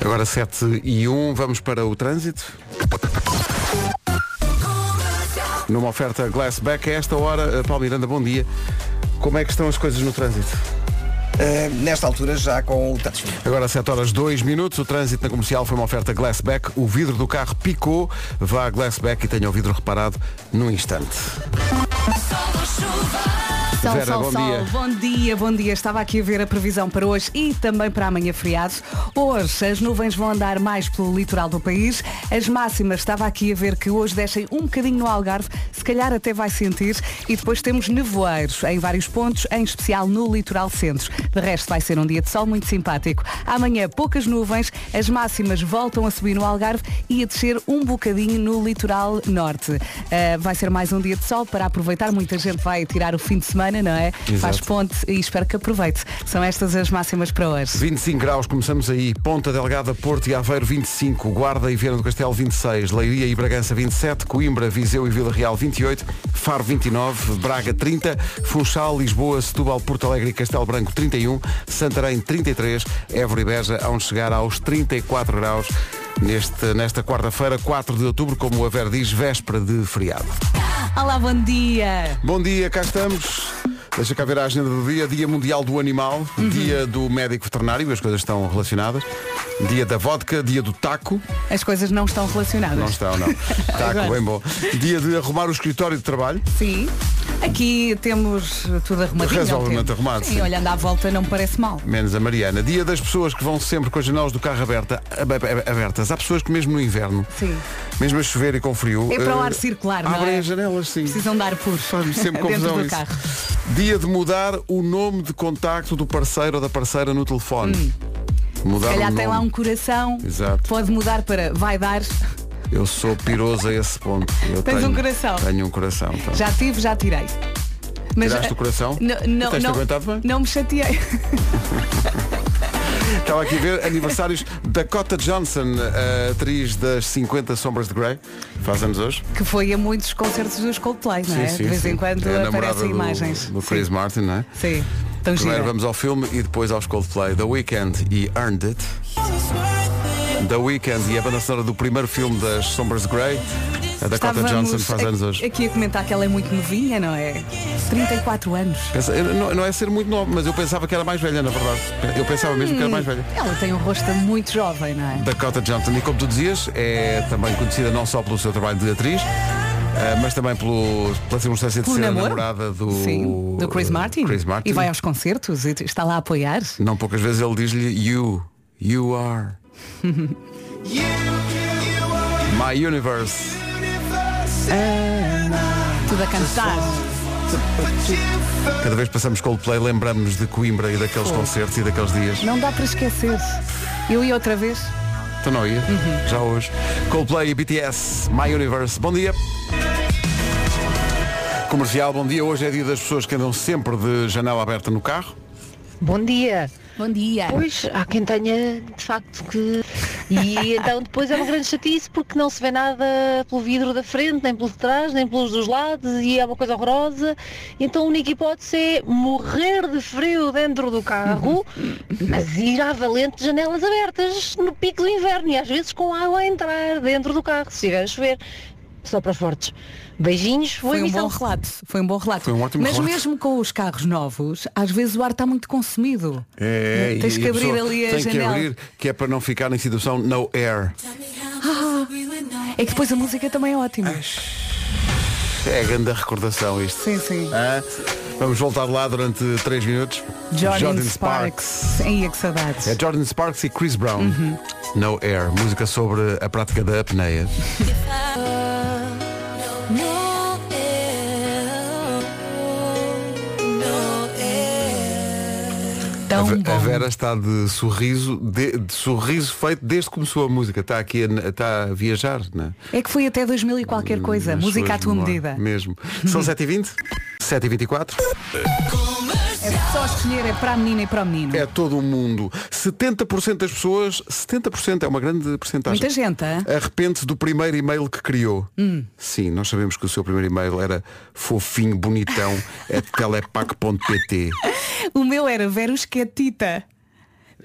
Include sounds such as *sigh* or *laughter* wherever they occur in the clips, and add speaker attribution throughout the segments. Speaker 1: Agora 7 e 1, vamos para o trânsito. Numa oferta Glassback, a esta hora, eh, Paulo Miranda, bom dia. Como é que estão as coisas no trânsito?
Speaker 2: Eh, nesta altura já com o trânsito.
Speaker 1: Agora 7 horas 2 minutos, o trânsito na comercial foi uma oferta Glassback, o vidro do carro picou, vá a Glassback e tenha o vidro reparado num instante.
Speaker 3: Sol,
Speaker 1: Vera,
Speaker 3: sol,
Speaker 1: bom
Speaker 3: sol.
Speaker 1: dia.
Speaker 3: Bom dia, bom dia. Estava aqui a ver a previsão para hoje e também para amanhã feriado. Hoje as nuvens vão andar mais pelo litoral do país. As máximas, estava aqui a ver que hoje descem um bocadinho no Algarve, se calhar até vai sentir. E depois temos nevoeiros em vários pontos, em especial no litoral centro. De resto vai ser um dia de sol muito simpático. Amanhã poucas nuvens, as máximas voltam a subir no Algarve e a descer um bocadinho no litoral norte. Ah, vai ser mais um dia de sol para aproveitar. Muita gente vai tirar o fim de semana, não é?
Speaker 1: Exato.
Speaker 3: Faz ponte e espero que aproveite. São estas as máximas para hoje.
Speaker 1: 25 graus, começamos aí. Ponta Delgada, Porto e Aveiro 25, Guarda e Viana do Castelo 26, Leiria e Bragança 27, Coimbra, Viseu e Vila Real 28, Faro 29, Braga 30, Funchal, Lisboa, Setúbal, Porto Alegre e Castelo Branco 31, Santarém 33, Évora e Beja onde chegar aos 34 graus neste, nesta quarta-feira, 4 de outubro, como a Ver diz, véspera de feriado.
Speaker 3: Olá, bom dia.
Speaker 1: Bom dia, cá estamos. Deixa cá ver a agenda do dia. Dia Mundial do Animal,
Speaker 3: Uhum.
Speaker 1: Dia do Médico Veterinário, as coisas estão relacionadas. Dia da vodka, dia do taco.
Speaker 3: As coisas não estão relacionadas.
Speaker 1: Não estão,
Speaker 3: *laughs*
Speaker 1: não. Taco, bem bom. Dia de arrumar o escritório de trabalho.
Speaker 3: Sim. Aqui temos tudo arrumadinho. não
Speaker 1: Razoavelmente
Speaker 3: temos?
Speaker 1: arrumado,
Speaker 3: Sim,
Speaker 1: sim.
Speaker 3: olhando à volta não me parece mal.
Speaker 1: Menos a Mariana. Dia das pessoas que vão sempre com as janelas do carro aberta, ab- ab- abertas. Há pessoas que mesmo no inverno,
Speaker 3: Sim.
Speaker 1: mesmo a chover e com frio.
Speaker 3: É para o
Speaker 1: eh,
Speaker 3: ar circular, não
Speaker 1: Abrem
Speaker 3: é?
Speaker 1: as janelas, sim.
Speaker 3: Precisam dar por
Speaker 1: Faz-me sempre
Speaker 3: *laughs*
Speaker 1: confusão
Speaker 3: dentro do
Speaker 1: isso.
Speaker 3: carro.
Speaker 1: Dia de mudar o nome de contacto do parceiro ou da parceira no telefone. Mudar
Speaker 3: Se
Speaker 1: o
Speaker 3: calhar
Speaker 1: nome.
Speaker 3: tem lá um coração.
Speaker 1: Exato.
Speaker 3: Pode mudar para vai dar.
Speaker 1: Eu sou piroso a esse ponto. Eu
Speaker 3: Tens
Speaker 1: tenho,
Speaker 3: um coração.
Speaker 1: Tenho um coração. pá.
Speaker 3: Já tive, já tirei.
Speaker 1: Tiraste
Speaker 3: eh,
Speaker 1: o coração?
Speaker 3: n- Não,
Speaker 1: Tens-te
Speaker 3: não,
Speaker 1: aguentado bem?
Speaker 3: não me chateei.
Speaker 1: Estava aqui a ver aniversários Dakota Johnson, a atriz das 50 Sombras de Grey. Faz anos hoje.
Speaker 3: Que foi a muitos concertos dos Coldplay, não é? de vez em quando
Speaker 1: É a namorada
Speaker 3: aparecem
Speaker 1: do-
Speaker 3: imagens.
Speaker 1: Do, Chris
Speaker 3: Sim.
Speaker 1: Martin, não é?
Speaker 3: Sim. Então
Speaker 1: Primeiro
Speaker 3: gira.
Speaker 1: vamos ao filme e depois aos Coldplay. The Weeknd e Earned It. The Weeknd e a banda sonora do primeiro filme das Sombras de Grey. A Dakota
Speaker 3: Estávamos
Speaker 1: Johnson faz
Speaker 3: a-
Speaker 1: anos hoje.
Speaker 3: Aqui a comentar que ela é muito novinha, não é? 34 anos.
Speaker 1: Pensa- eu- não, não é ser muito novo, mas eu pensava que era mais velha, na verdade. Eu pensava mesmo que era mais velha.
Speaker 3: Ela tem um rosto muito jovem, não é?
Speaker 1: Dakota Johnson, e como tu dizias, é também conhecida não só pelo seu trabalho de atriz, eh, mas também pelo, pela circunstância de
Speaker 3: Pelo
Speaker 1: ser a
Speaker 3: namoro?
Speaker 1: namorada do, eh,
Speaker 3: Sim, do Chris Martin.
Speaker 1: Chris Martin.
Speaker 3: E vai aos concertos e está lá a apoiar.
Speaker 1: Não poucas vezes ele diz-lhe You, you
Speaker 3: *laughs*
Speaker 1: are. My universe.
Speaker 3: Tudo a cantar.
Speaker 1: Cada vez que passamos Coldplay, lembramos-nos de Coimbra e daqueles concertos e daqueles dias.
Speaker 3: Não dá para esquecer. Eu ia outra vez.
Speaker 1: Então não ia, já hoje. Coldplay e BTS, My Universe. Bom dia. Comercial, bom dia. Hoje é dia das pessoas que andam sempre de janela aberta no carro.
Speaker 4: Bom dia.
Speaker 3: Bom dia.
Speaker 4: Pois, há quem tenha de facto que. E então depois é uma grande chatice porque não se vê nada pelo vidro da frente, nem pelo de trás, nem pelos dos lados e é uma coisa horrorosa. Então a única hipótese é morrer de frio dentro do carro, mas ir à valente janelas abertas no pico do inverno e às vezes com água a entrar dentro do carro, se estiver a chover. Só para os fortes. Beijinhos, boa
Speaker 3: Foi um bom
Speaker 4: emissão.
Speaker 3: relato. Foi um bom relato.
Speaker 1: Foi um ótimo
Speaker 3: Mas
Speaker 1: relato.
Speaker 3: mesmo com os carros novos, às vezes o ar está muito consumido.
Speaker 1: É,
Speaker 3: Tens que
Speaker 1: a
Speaker 3: abrir
Speaker 1: pessoa
Speaker 3: ali a
Speaker 1: tem que
Speaker 3: janela.
Speaker 1: abrir, que é para não ficar em situação no air.
Speaker 3: É que depois a música também é ótima.
Speaker 1: É a grande recordação isto.
Speaker 3: Sim, sim.
Speaker 1: Hã? Vamos voltar lá durante 3 minutos.
Speaker 3: Jordan, Sparks. Uhum. Ai, que saudades.
Speaker 1: É Jordan Sparks e Chris Brown. No Air, música sobre a prática da apneia. A,
Speaker 3: Tão
Speaker 1: Ve-
Speaker 3: É um bom.
Speaker 1: a Vera está de sorriso, de, de sorriso feito desde que começou a música. Está aqui a, está a viajar, né?
Speaker 3: É que foi até 2000 e qualquer coisa.
Speaker 1: Nas
Speaker 3: é, música à
Speaker 1: suas
Speaker 3: tua
Speaker 1: memórias.
Speaker 3: medida. *laughs*
Speaker 1: Mesmo. São 7h20? 7h24?
Speaker 3: É só escolher, é para a menina e para o menino.
Speaker 1: É todo o mundo. 70% das pessoas, 70% é uma grande porcentagem.
Speaker 3: Muita gente, Hum. hã?
Speaker 1: Arrepende-se do primeiro e-mail que criou. Sim, nós sabemos que o seu primeiro e-mail era fofinho, bonitão, é telepac.pt.
Speaker 3: O meu era Vera Esquetita.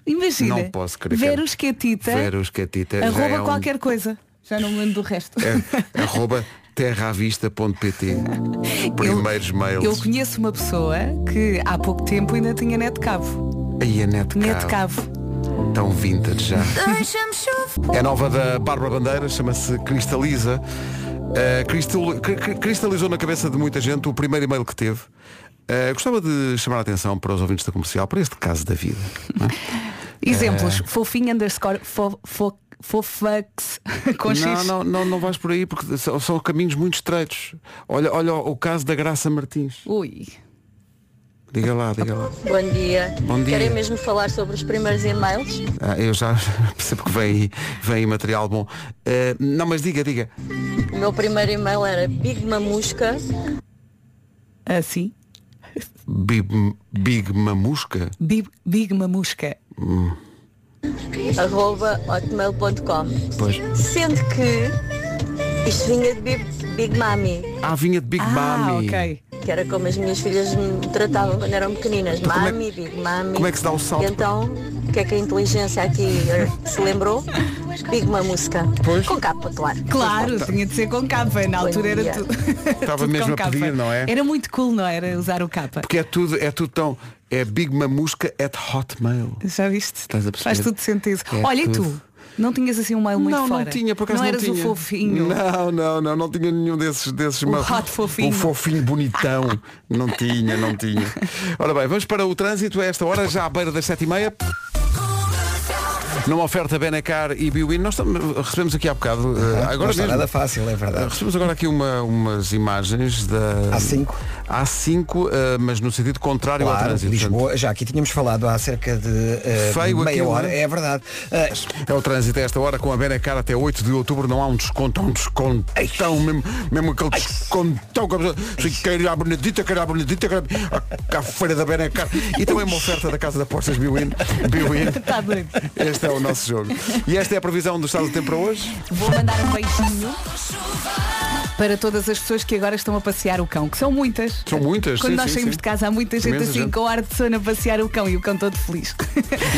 Speaker 3: Imagina.
Speaker 1: Não posso crer.
Speaker 3: Verusquetita.
Speaker 1: Verusquetita já
Speaker 3: Arroba
Speaker 1: é um-
Speaker 3: qualquer coisa. Já não me lembro do resto. *laughs*
Speaker 1: É, arroba terravista.pt Primeiros mails.
Speaker 3: Eu conheço uma pessoa que há pouco tempo ainda tinha net cavo.
Speaker 1: Aí a net
Speaker 3: Net
Speaker 1: cabo.
Speaker 3: cavo.
Speaker 1: Tão vintage já. É nova da Bárbara Bandeira, chama-se Cristaliza. Uh, cristal- cri- cri- cristalizou na cabeça de muita gente o primeiro e-mail que teve. Uh, gostava de chamar a atenção para os ouvintes da comercial, para este caso da vida. não é?
Speaker 3: Exemplos. Fofinho underscore fo, fo, fofax *laughs* com X.
Speaker 1: Não, não, não, não vais por aí porque são, são caminhos muito estreitos. Olha, olha o, o caso da Graça Martins.
Speaker 3: Ui.
Speaker 1: Diga lá, diga lá.
Speaker 5: Bom dia.
Speaker 1: Bom dia.
Speaker 5: Querem mesmo falar sobre os primeiros e-mails?
Speaker 1: Ah, eu já *laughs* percebo que vem aí, vem aí material bom. Uh, não, mas diga, diga.
Speaker 5: O meu primeiro e-mail era Big Mamusca.
Speaker 3: Assim.
Speaker 1: Big, Big Mamusca?
Speaker 3: Big, big mamusca.
Speaker 5: arroba hotmail.com
Speaker 1: Pois.
Speaker 5: Sendo que isto vinha de Big, Big Mami,
Speaker 1: Ah, vinha de Big
Speaker 3: Ah,
Speaker 1: Mami.
Speaker 3: ok.
Speaker 5: que era como as minhas filhas me tratavam quando eram pequeninas.
Speaker 1: como é-
Speaker 5: Mami, Big Mami.
Speaker 1: como é que se dá o salto?
Speaker 5: E então, o que é que a inteligência aqui eh, se lembrou? Big Mamusca.
Speaker 1: Pois.
Speaker 5: Com capa, claro.
Speaker 3: Claro, tinha de ser com capa. Na altura era
Speaker 5: dia.
Speaker 1: *laughs*
Speaker 3: tudo.
Speaker 1: Estava
Speaker 3: tudo
Speaker 1: mesmo
Speaker 3: com
Speaker 1: a
Speaker 3: capa.
Speaker 1: pedir, não é?
Speaker 3: Era muito cool, não era? Usar o capa.
Speaker 1: Porque é tudo, é tudo tão. É Big Mamusca at Hotmail.
Speaker 3: Já viste?
Speaker 1: Estás a perceber?
Speaker 3: Faz tudo sentido.
Speaker 1: É
Speaker 3: Olha, e
Speaker 1: tudo.
Speaker 3: tu? Não tinhas assim um mail muito
Speaker 1: não,
Speaker 3: fora?
Speaker 1: não tinha, por acaso
Speaker 3: Não
Speaker 1: não,
Speaker 3: eras
Speaker 1: tinha.
Speaker 3: o fofinho?
Speaker 1: Não, não, não, não tinha nenhum desses desses
Speaker 3: O
Speaker 1: ma-
Speaker 3: hot fofinho.
Speaker 1: O fofinho bonitão. não tinha, não
Speaker 3: *laughs*
Speaker 1: tinha. Ora bem, vamos para o trânsito a esta hora, já à beira das sete e meia. Numa oferta Benacar e Biwin, nós tam- recebemos aqui há bocado, eh,
Speaker 2: não
Speaker 1: agora
Speaker 2: está
Speaker 1: mesmo, eh,
Speaker 2: nada fácil, é verdade.
Speaker 1: recebemos agora aqui uma- umas imagens da
Speaker 2: A5.
Speaker 1: A5, eh, mas no sentido contrário ao
Speaker 2: Claro,
Speaker 1: trânsito.
Speaker 2: Lisboa, já aqui tínhamos falado há cerca de eh,
Speaker 1: Feio
Speaker 2: meia
Speaker 1: aquilo,
Speaker 2: hora,
Speaker 1: não é?
Speaker 2: é verdade. Eh,
Speaker 1: É o trânsito a esta hora com a Benacar até 8 de outubro. Não há um desconto, há um descontão, mesmo, mesmo aquele descontão. que a pessoa, Se quer a Benedita, quer a Benedita, quer a, a feira da Benacar. E também uma oferta da Casa de Apostas Biwin. Biwin.
Speaker 3: Está doido.
Speaker 1: Este é o nosso jogo. E esta é a previsão do estado do tempo para hoje.
Speaker 3: Vou mandar um beijinho para todas as pessoas que agora estão a passear o cão, que são muitas.
Speaker 1: São muitas,
Speaker 3: Quando
Speaker 1: sim,
Speaker 3: nós
Speaker 1: sim,
Speaker 3: saímos
Speaker 1: sim.
Speaker 3: de casa há muita gente
Speaker 1: Imensa
Speaker 3: assim
Speaker 1: gente.
Speaker 3: com ar de sono a passear o cão e o cão todo feliz.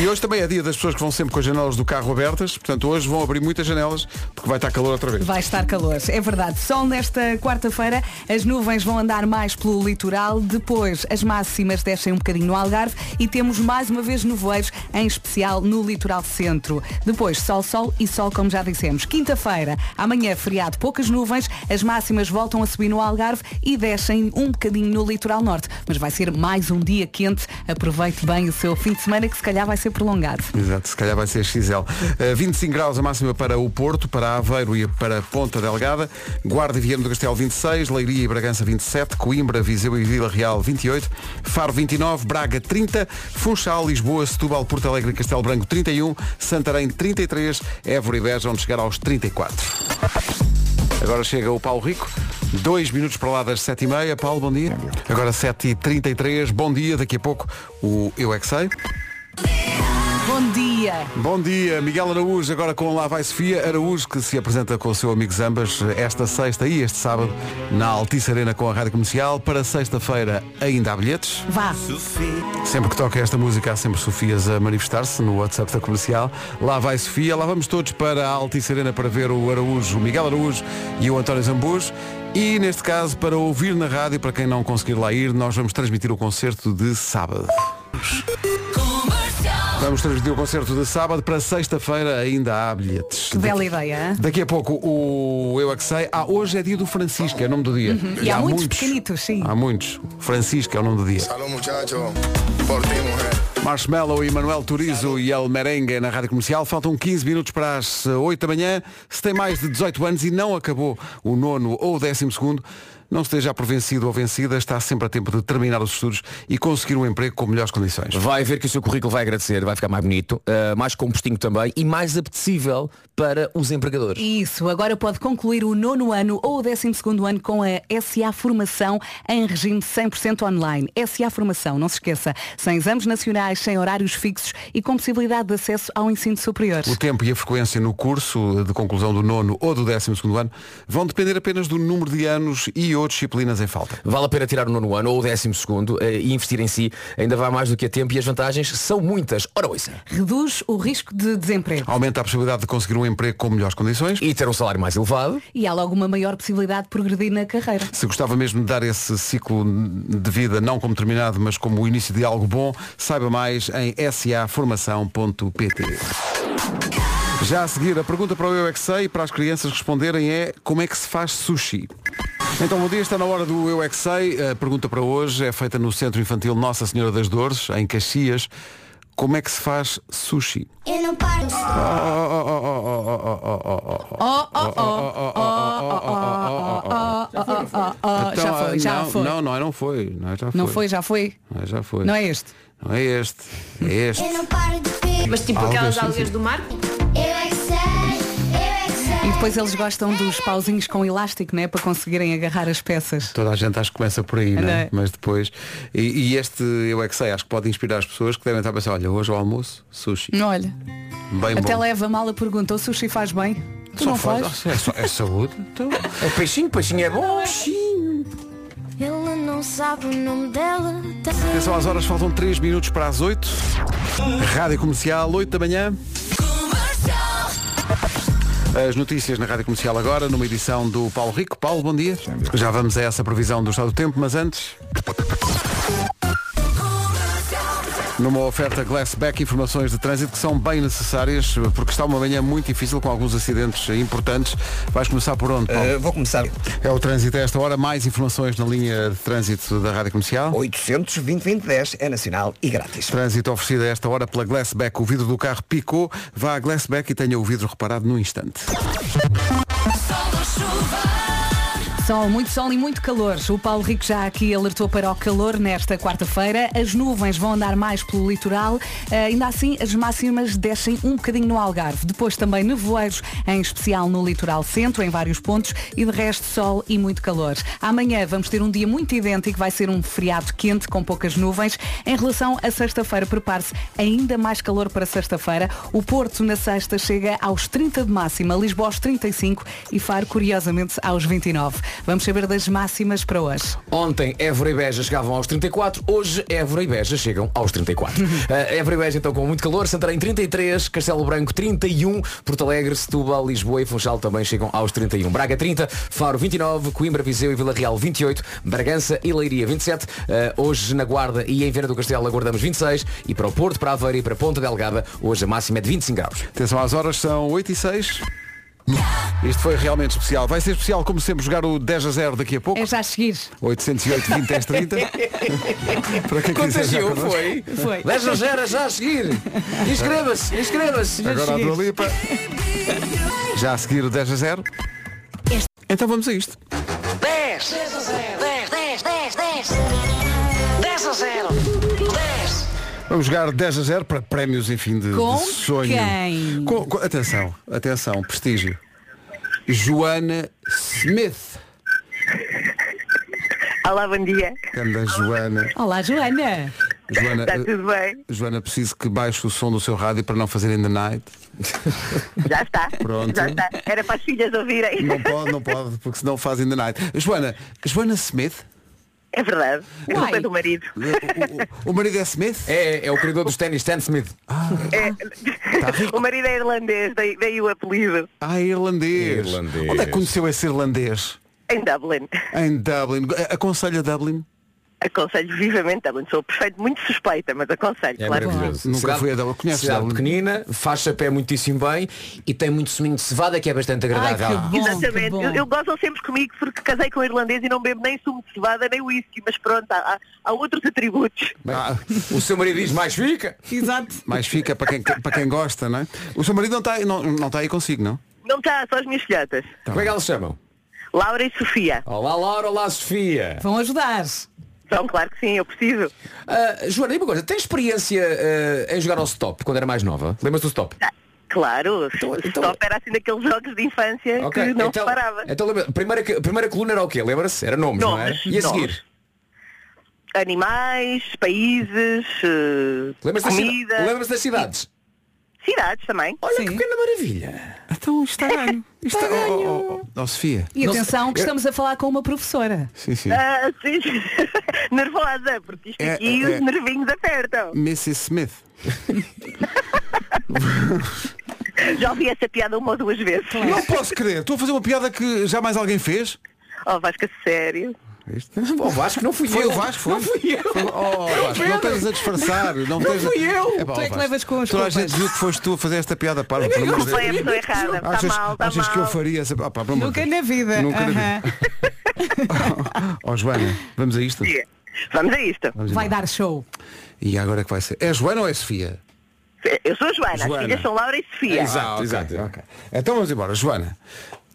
Speaker 1: E hoje também é dia das pessoas que vão sempre com as janelas do carro abertas. Portanto, hoje vão abrir muitas janelas porque vai estar calor outra vez.
Speaker 3: Vai estar calor, é verdade. Sol nesta quarta-feira, as nuvens vão andar mais pelo litoral, depois as máximas descem um bocadinho no Algarve e temos mais uma vez nevoeiros, em especial no litoral centro. Depois sol, sol e sol, como já dissemos. Quinta-feira, amanhã feriado, poucas nuvens, as máximas voltam a subir no Algarve e descem um bocadinho no litoral norte. Mas vai ser mais um dia quente, aproveite bem o seu fim de semana que se calhar vai ser prolongado.
Speaker 1: Exato, se calhar vai ser XL. Eh, 25 graus a máxima para o Porto, para Aveiro e para Ponta Delgada. Guarda e Viana do Castelo 26, Leiria e Bragança 27, Coimbra, Viseu e Vila Real 28, Faro 29, Braga 30, Funchal, Lisboa, Setúbal, Porto Alegre e Castelo Branco 31, Santarém 33, Évora e Beja onde chegar aos 34. Agora chega o Paulo Rico. Dois minutos para lá das 7h30. Paulo, bom dia. Agora 7h33. Bom dia. Daqui a pouco o Eu É Que Sei.
Speaker 3: Bom dia!
Speaker 1: Bom dia, Miguel Araújo, agora com Lá Vai Sofia Araújo, que se apresenta com o seu amigo Zambas esta sexta e este sábado na Altice Arena com a Rádio Comercial. Para sexta-feira ainda há bilhetes.
Speaker 3: Vá!
Speaker 1: Sempre que toca esta música há sempre Sofias a manifestar-se no WhatsApp da Comercial. Lá vai Sofia, lá vamos todos para a Altice Arena para ver o Araújo, o Miguel Araújo e o António Zambujo. E neste caso, para ouvir na rádio, para quem não conseguir lá ir, nós vamos transmitir o concerto de sábado. Vamos transmitir o concerto de sábado para sexta-feira ainda há bilhetes.
Speaker 3: Que bela ideia, hein?
Speaker 1: Daqui a pouco o Eu É Que Sei. Ah, hoje é dia do Francisco, é o nome do dia.
Speaker 3: Uhum. E há muitos pequenitos, sim.
Speaker 1: Há muitos. Francisco é o nome do dia.
Speaker 6: Salud muchachos, por ti mujer.
Speaker 1: Marshmallow e Manuel Turizo e El Merengue na Rádio Comercial. Faltam 15 minutos para as eh, 8 da manhã. Se tem mais de 18 anos e não acabou o nono ou o décimo segundo, não esteja por vencido ou vencida, está sempre a tempo de terminar os estudos e conseguir um emprego com melhores condições.
Speaker 7: Vai ver que o seu currículo vai agradecer, vai ficar mais bonito, eh, mais compostinho também e mais apetecível para os empregadores.
Speaker 3: Isso, agora pode concluir o nono ano ou o décimo segundo ano com a SA Formação em regime 100% online. SA Formação, não se esqueça, sem exames nacionais, semanais, sem horários fixos e com possibilidade de acesso ao ensino superior.
Speaker 1: O tempo e a frequência no curso de conclusão do nono ou do décimo segundo ano vão depender apenas do número de anos e ou disciplinas em falta.
Speaker 7: Vale a pena tirar o nono ano ou o décimo segundo eh, e investir em si. Ainda vai mais do que a tempo e as vantagens são muitas. Ora, ouça.
Speaker 3: Reduz o risco de desemprego.
Speaker 1: Aumenta a possibilidade de conseguir um emprego com melhores condições.
Speaker 7: E ter um salário mais elevado.
Speaker 3: E há logo uma maior possibilidade de progredir na carreira.
Speaker 1: Se gostava mesmo de dar esse ciclo de vida não como terminado, mas como o início de algo bom, saiba mais em saformação.pt. Já a seguir, a pergunta para o Eu É Que Sei e para as crianças responderem é como é que se faz sushi? Então, bom dia, está na hora do Eu É Que Sei. A pergunta para hoje é feita no Centro Infantil Nossa Senhora das Dores, em Caxias. Como é que se faz sushi?
Speaker 8: Eu não paro.
Speaker 1: Oh, oh, oh, oh, oh, oh, oh, oh, oh, oh.
Speaker 3: Oh, oh, oh, oh, oh, oh, oh, oh, oh, oh, oh, oh.
Speaker 1: Então,
Speaker 3: Já
Speaker 1: ah,
Speaker 3: foi, já
Speaker 1: não,
Speaker 3: foi.
Speaker 1: Não, não, é, não foi. Não, é, já
Speaker 3: Não foi, já foi.
Speaker 1: Não é, já foi.
Speaker 3: Não é este.
Speaker 1: Não é este.
Speaker 3: *laughs*
Speaker 1: É este.
Speaker 8: Eu não paro de ver.
Speaker 9: Mas tipo
Speaker 1: Algas,
Speaker 9: aquelas
Speaker 1: sim,
Speaker 9: algas
Speaker 1: sim.
Speaker 9: do mar.
Speaker 8: Eu é que sei, eu é que sei.
Speaker 3: E depois eles gostam dos pauzinhos com elástico, né? Para conseguirem agarrar as peças.
Speaker 1: Toda a gente acho que começa por aí, não
Speaker 3: Não
Speaker 1: é?
Speaker 3: é?
Speaker 1: Mas depois. E, e este eu é que sei, acho que pode inspirar as pessoas que devem estar a pensar, olha, hoje ao almoço, sushi.
Speaker 3: Olha,
Speaker 1: Bem
Speaker 3: Hum. até
Speaker 1: bom.
Speaker 3: leva mal a pergunta, o sushi faz bem? Tu
Speaker 1: Só
Speaker 3: não faz?
Speaker 1: É, só- é saúde. Então,
Speaker 7: É peixinho, peixinho é bom.
Speaker 8: Ele não sabe o nome dela. Tá-
Speaker 1: atenção às horas, faltam 3 minutos para as 8. Rádio Comercial, 8 da manhã. As notícias na Rádio Comercial agora, numa edição do Paulo Rico. Paulo, bom dia. Já vamos a essa previsão do estado do tempo, mas antes. Numa oferta Glassback, informações de trânsito que são bem necessárias, porque está uma manhã muito difícil com alguns acidentes importantes. Vais começar por onde, Paulo?
Speaker 2: Eh, vou começar.
Speaker 1: É o trânsito a esta hora. Mais informações na linha de trânsito da Rádio Comercial.
Speaker 2: 820-2010 é nacional e grátis.
Speaker 1: Trânsito oferecido a esta hora pela Glassback. O vidro do carro picou. Vá à Glassback e tenha o vidro reparado num instante.
Speaker 3: Sol, muito sol e muito calor. O Paulo Rico já aqui alertou para o calor nesta quarta-feira. As nuvens vão andar mais pelo litoral. Eh, ainda assim, as máximas descem um bocadinho no Algarve. Depois também nevoeiros, em especial no litoral centro, em vários pontos. E de resto, sol e muito calor. Amanhã vamos ter um dia muito idêntico. Vai ser um feriado quente, com poucas nuvens. Em relação a sexta-feira, prepare-se ainda mais calor para sexta-feira. O Porto, na sexta, chega aos 30 de máxima. Lisboa aos 35 e Faro, curiosamente, aos 29. Vamos saber das máximas para hoje.
Speaker 7: Ontem Évora e Beja chegavam aos 34, hoje Évora e Beja chegam aos 34. Eh, Évora e Beja então com muito calor, Santarém 33, Castelo Branco 31, Porto Alegre, Setúbal, Lisboa e Funchal também chegam aos 31. Braga 30, Faro 29, Coimbra, Viseu e Vila Real 28, Bragança e Leiria 27, eh, hoje na Guarda e em Viana do Castelo aguardamos 26 e para o Porto, para Aveiro e para Ponta Delgada hoje a máxima é de 25 graus.
Speaker 1: Atenção às horas, são 8 e 6. *laughs* Isto foi realmente especial. Vai ser especial, como sempre, jogar o 10 a 0 daqui a pouco.
Speaker 3: É já a seguir.
Speaker 1: 808 20 10
Speaker 3: *laughs*
Speaker 1: 30. Para é quem quiser jogar
Speaker 7: Contagiou,
Speaker 1: connosco.
Speaker 7: foi?
Speaker 3: Foi.
Speaker 7: 10 a 0 já a seguir. Inscreva-se, inscreva-se. já a
Speaker 1: Agora a
Speaker 7: seguir.
Speaker 1: Dua Lipa. Já a seguir o 10 a 0. Então vamos a isto.
Speaker 5: 10, 10, 10, 10, 10. 10 a 0. 10.
Speaker 1: Vamos jogar 10 a 0 para prémios, enfim, de,
Speaker 3: Com
Speaker 1: de sonho.
Speaker 3: quem?
Speaker 1: Com- com- atenção, atenção, prestígio. Joana Smith.
Speaker 10: Olá, bom dia.
Speaker 1: Canda Joana.
Speaker 3: Olá, Joana.
Speaker 1: Joana,
Speaker 10: Está
Speaker 1: eh,
Speaker 10: tudo bem?
Speaker 1: Joana, preciso que baixe o som do seu rádio para não fazer in the night.
Speaker 10: Já está.
Speaker 1: Pronto.
Speaker 10: Já está. Era para as filhas ouvirem.
Speaker 1: Não pode, não pode, porque senão faz in the night. Joana, Joana Smith?
Speaker 10: É verdade. É
Speaker 3: Uai.
Speaker 10: culpa do marido.
Speaker 1: O- O, o marido é Smith?
Speaker 7: É, é o criador dos ténis, Stan Smith.
Speaker 10: É.
Speaker 7: Ah, tá
Speaker 10: O marido é irlandês, daí, daí o apelido.
Speaker 1: Ah, é irlandês.
Speaker 7: Irlandês.
Speaker 1: Onde é que conheceu esse irlandês?
Speaker 10: Em Dublin.
Speaker 1: Em Dublin. A- Aconselha Dublin?
Speaker 10: Aconselho vivamente Dublin. Sou perfeito, muito suspeita, mas aconselho, claro.
Speaker 1: Nunca
Speaker 7: É Cidade-
Speaker 1: fui a Dublin. Conheces
Speaker 7: cidade
Speaker 1: Dublin?
Speaker 7: pequenina, faz chapé muitíssimo bem e tem muito suminho de cevada que é bastante
Speaker 3: Ai,
Speaker 7: agradável.
Speaker 3: que bom. que
Speaker 10: Exatamente.
Speaker 3: bom.
Speaker 10: Eu, eu gozam sempre comigo porque casei com um irlandês e não bebo nem sumo de cevada nem whisky, mas pronto, há, há- há outros atributos.
Speaker 1: Ah,
Speaker 7: o seu marido diz mais fica.
Speaker 3: Exato.
Speaker 1: mais fica para quem, para quem gosta, não é? O seu marido não está, aí- não, não está aí consigo, não?
Speaker 10: Não está, só as minhas filhotas.
Speaker 1: Tá
Speaker 7: Como é que elas chamam?
Speaker 10: Laura e Sofia.
Speaker 7: Olá Laura, olá Sofia.
Speaker 3: Vão ajudar.
Speaker 10: Então, claro que sim, eu preciso.
Speaker 7: Ah, Joana, e uma coisa, tem experiência ah, em jogar ao stop quando era mais nova? Lembras do stop?
Speaker 10: Ah, Claro,
Speaker 7: Então-
Speaker 10: o
Speaker 7: então-
Speaker 10: stop era assim daqueles jogos de infância que não
Speaker 7: então,
Speaker 10: se parava.
Speaker 7: então lembra, primeira, primeira coluna era o quê? Lembra-se? Era nomes, não é?
Speaker 10: Nomes,
Speaker 7: E a
Speaker 10: nomes.
Speaker 7: seguir?
Speaker 10: Animais, países, eh,
Speaker 7: Lembra-se das, cida-
Speaker 10: comida,
Speaker 7: lembra-se das cidades?
Speaker 10: cidades também.
Speaker 7: Olha
Speaker 3: Sim.
Speaker 7: que pequena maravilha.
Speaker 1: Então está ganho. Está oh, oh, oh, oh, Sofia.
Speaker 3: E
Speaker 7: Não
Speaker 3: atenção
Speaker 7: sei-
Speaker 3: que estamos a falar com uma professora.
Speaker 1: Sim, sim.
Speaker 10: Ah, sim, *laughs* nervosa, porque isto
Speaker 1: É,
Speaker 10: aqui
Speaker 1: é, é.
Speaker 10: os nervinhos apertam.
Speaker 1: Mrs. Smith.
Speaker 10: Já ouvi essa piada uma ou duas vezes.
Speaker 1: Não posso crer. Estou a fazer uma piada que jamais alguém fez. é
Speaker 10: Oh, Vasco, a sério.
Speaker 7: O Oh, Vasco não fui
Speaker 1: Foi
Speaker 7: eu.
Speaker 1: o Vasco, foi?
Speaker 7: Não fui eu.
Speaker 1: Oh, Vasco, não
Speaker 7: Pedro.
Speaker 1: tens a disfarçar. Não, tens
Speaker 7: fui
Speaker 1: a...
Speaker 7: eu.
Speaker 1: Epá,
Speaker 3: Tu é que
Speaker 1: Vasco,
Speaker 3: levas com as
Speaker 1: Toda a
Speaker 3: culpas.
Speaker 1: gente viu que foste tu a fazer esta piada para
Speaker 7: Eu não
Speaker 10: Foi é a pessoa errada,
Speaker 11: tá
Speaker 10: está
Speaker 1: Achas,
Speaker 10: mal, está
Speaker 1: achas
Speaker 10: mal.
Speaker 1: que eu faria essa... Ah, pá, pelo amor de
Speaker 3: Nunca
Speaker 1: Deus.
Speaker 3: na vida.
Speaker 1: Nunca na
Speaker 3: Aham.
Speaker 1: Ó Joana, vamos a isto?
Speaker 10: Yeah. Vamos a isto.
Speaker 1: Vamos
Speaker 3: Vai
Speaker 1: embora.
Speaker 3: dar show.
Speaker 1: E agora é que vai ser? É Joana ou é Sofia?
Speaker 10: Eu sou a Joana,
Speaker 1: Joana.
Speaker 10: as filhas são Laura e Sofia.
Speaker 1: Ah, ok, ok. Então vamos embora. Joana,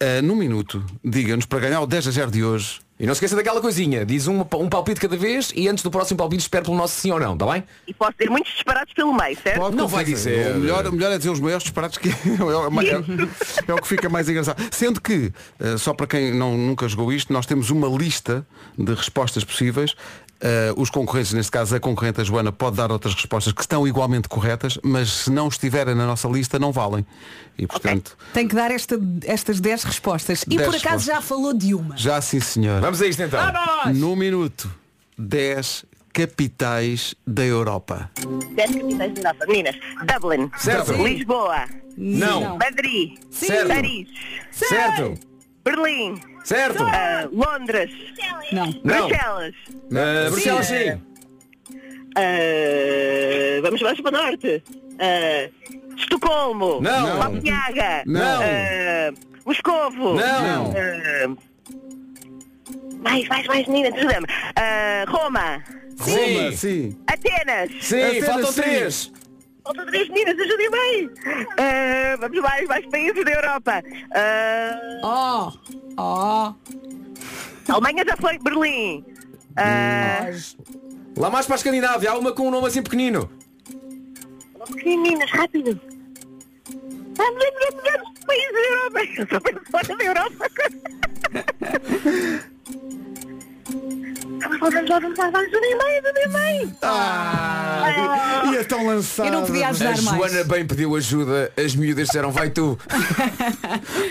Speaker 1: eh, num minuto, diga-nos para ganhar o 10 a 0 de hoje.
Speaker 7: E não se esqueça daquela coisinha. Diz um, um palpite cada vez e antes do próximo palpite espero pelo nosso sim ou não, está bem?
Speaker 10: E posso ter muitos disparados pelo meio, certo?
Speaker 1: Pode,
Speaker 7: Não
Speaker 1: com
Speaker 7: vai
Speaker 1: certeza.
Speaker 7: dizer.
Speaker 1: O melhor, o melhor é dizer os maiores disparates que *laughs* é, o- é o- é o que fica mais engraçado. Sendo que, eh, só para quem não, nunca jogou isto, nós temos uma lista de respostas possíveis. Eh, os concorrentes, neste caso a concorrente a Joana, pode dar outras respostas que estão igualmente corretas, mas se não estiverem na nossa lista, não valem. E portanto,
Speaker 3: Tem que dar esta- estas 10 respostas. E
Speaker 1: 10
Speaker 3: por acaso já falou de uma.
Speaker 1: já sim senhor.
Speaker 7: Vamos a isto então.
Speaker 10: Tá
Speaker 1: No minuto, 10 capitais da Europa.
Speaker 10: Certo, que tens de nossa. Meninas, Dublin,
Speaker 7: Certo.
Speaker 10: Dublin, Lisboa,
Speaker 7: Não.
Speaker 10: Madrid,
Speaker 7: Certo.
Speaker 10: Paris,
Speaker 7: Certo.
Speaker 10: Berlim,
Speaker 7: Certo.
Speaker 10: ah, Londres,
Speaker 3: Não.
Speaker 7: Não.
Speaker 10: Bruxelas.
Speaker 7: Ah, Bruxelas sim.
Speaker 10: ah, vamos mais para o norte. ah, Estocolmo,
Speaker 7: Não.
Speaker 10: Copenhaga,
Speaker 7: Não.
Speaker 10: ah, Moscovo,
Speaker 7: Não.
Speaker 10: ah, mais, mais, mais, meninas, ajuda-me. Ah, Roma,
Speaker 1: Roma,
Speaker 7: Sim.
Speaker 1: sim.
Speaker 10: Atenas,
Speaker 7: Sim,
Speaker 1: Apenas
Speaker 7: faltam
Speaker 1: sim.
Speaker 7: três.
Speaker 10: Faltam três meninas, ajudem bem! Ah, vamos mais, mais países da Europa. Ah,
Speaker 3: Oh. Oh.
Speaker 10: Alemanha já foi, Berlim. Ah,
Speaker 7: Lá mais para a Escandinávia, há uma com um nome assim pequenino.
Speaker 10: meninas, rápido. Ah, vamos, vamos, vamos, países da Europa. Eu Só penso fora da Europa. Vamos lá, vamos lá, vamos lá, vamos, ajudem bem, ajudem bem.
Speaker 1: Ah, e é tão lançado.
Speaker 3: Eu não podia
Speaker 7: A
Speaker 3: ajudar mais.
Speaker 7: Joana bem pediu ajuda, as miúdas disseram vai tu.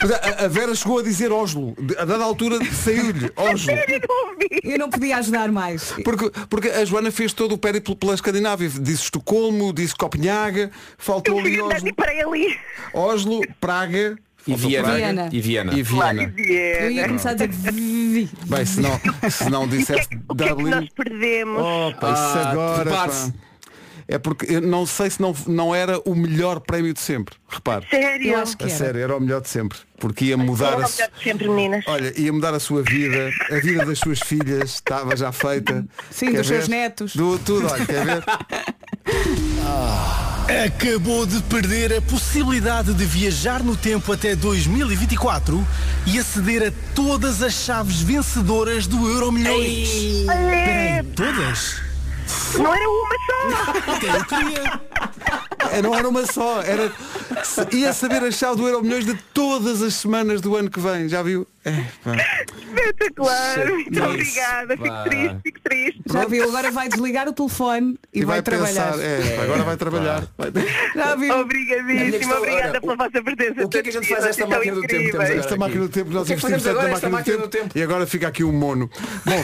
Speaker 1: Mas a, a Vera chegou a dizer Oslo. De- A dada altura
Speaker 10: *laughs*
Speaker 1: saiu-lhe Oslo.
Speaker 10: Eu não ouvi.
Speaker 3: *laughs* Eu não podia ajudar mais.
Speaker 1: Porque, porque a Joana fez todo o périplo pela Escandinávia. Disse Estocolmo, disse Copenhaga,
Speaker 10: Eu
Speaker 1: faltou ali
Speaker 10: fui andando e
Speaker 1: Oslo,
Speaker 10: parei ali.
Speaker 1: Oslo Praga
Speaker 7: E
Speaker 1: faltou
Speaker 7: Viena.
Speaker 1: Praga
Speaker 3: Viena.
Speaker 7: E Viena.
Speaker 1: e
Speaker 10: Lá,
Speaker 1: Viena.
Speaker 3: Eu ia
Speaker 10: Viena.
Speaker 3: começar a dizer. vi.
Speaker 1: Bem, se não, se
Speaker 10: *laughs*
Speaker 1: não
Speaker 10: O que é
Speaker 1: disseste
Speaker 10: que- o que é que nós
Speaker 1: Dublin.
Speaker 10: perdemos?
Speaker 1: Opa, isso
Speaker 7: Ah,
Speaker 1: agora. pá.
Speaker 7: prepare-se.
Speaker 1: É porque eu não sei se não, não era o melhor prémio de sempre. Repare.
Speaker 10: Sério?
Speaker 3: Eu acho que
Speaker 1: A
Speaker 3: era.
Speaker 1: *laughs* sério, era o melhor de sempre. Porque ia mudar a.
Speaker 10: Não, não, melhor de sempre, meninas.
Speaker 1: Olha, ia mudar a sua vida, a vida das suas filhas estava já feita.
Speaker 3: Sim, dos seus netos.
Speaker 1: Do tudo, olha, quer ver?
Speaker 9: Acabou de perder a possibilidade de viajar no tempo até 2024 e aceder a todas as chaves vencedoras do Euro Milhões.
Speaker 10: Olha,
Speaker 9: Todas?
Speaker 10: Não era uma só.
Speaker 9: Até eu queria.
Speaker 1: É, Não era uma só, era. se- Ia saber a chave do Euro Milhões de todas as semanas do ano que vem, já viu? É, pá.
Speaker 10: Espetacular. Muito
Speaker 1: Isso,
Speaker 10: obrigada. Fico
Speaker 7: pá.
Speaker 10: triste, fico triste.
Speaker 3: Já viu? Agora vai desligar o telefone e, vai, trabalhar.
Speaker 1: pensar, é, pá, agora vai trabalhar. Vai-
Speaker 7: A
Speaker 3: Já viu?
Speaker 7: minha
Speaker 10: Obrigadíssima.
Speaker 7: questão
Speaker 10: Obrigada
Speaker 7: era,
Speaker 10: pela
Speaker 7: o-
Speaker 10: vossa presença.
Speaker 7: o que é que a gente faz a esta
Speaker 10: Vocês são
Speaker 7: máquina do tempo que temos
Speaker 10: incríveis.
Speaker 7: agora?
Speaker 1: É Esta máquina do tempo, nós
Speaker 7: O que é que
Speaker 1: investimos
Speaker 7: fazemos
Speaker 1: tanto na
Speaker 7: agora,
Speaker 1: máquina,
Speaker 7: esta máquina
Speaker 1: do,
Speaker 7: do
Speaker 1: tempo,
Speaker 7: tempo?
Speaker 1: E agora fica aqui um mono. Bom,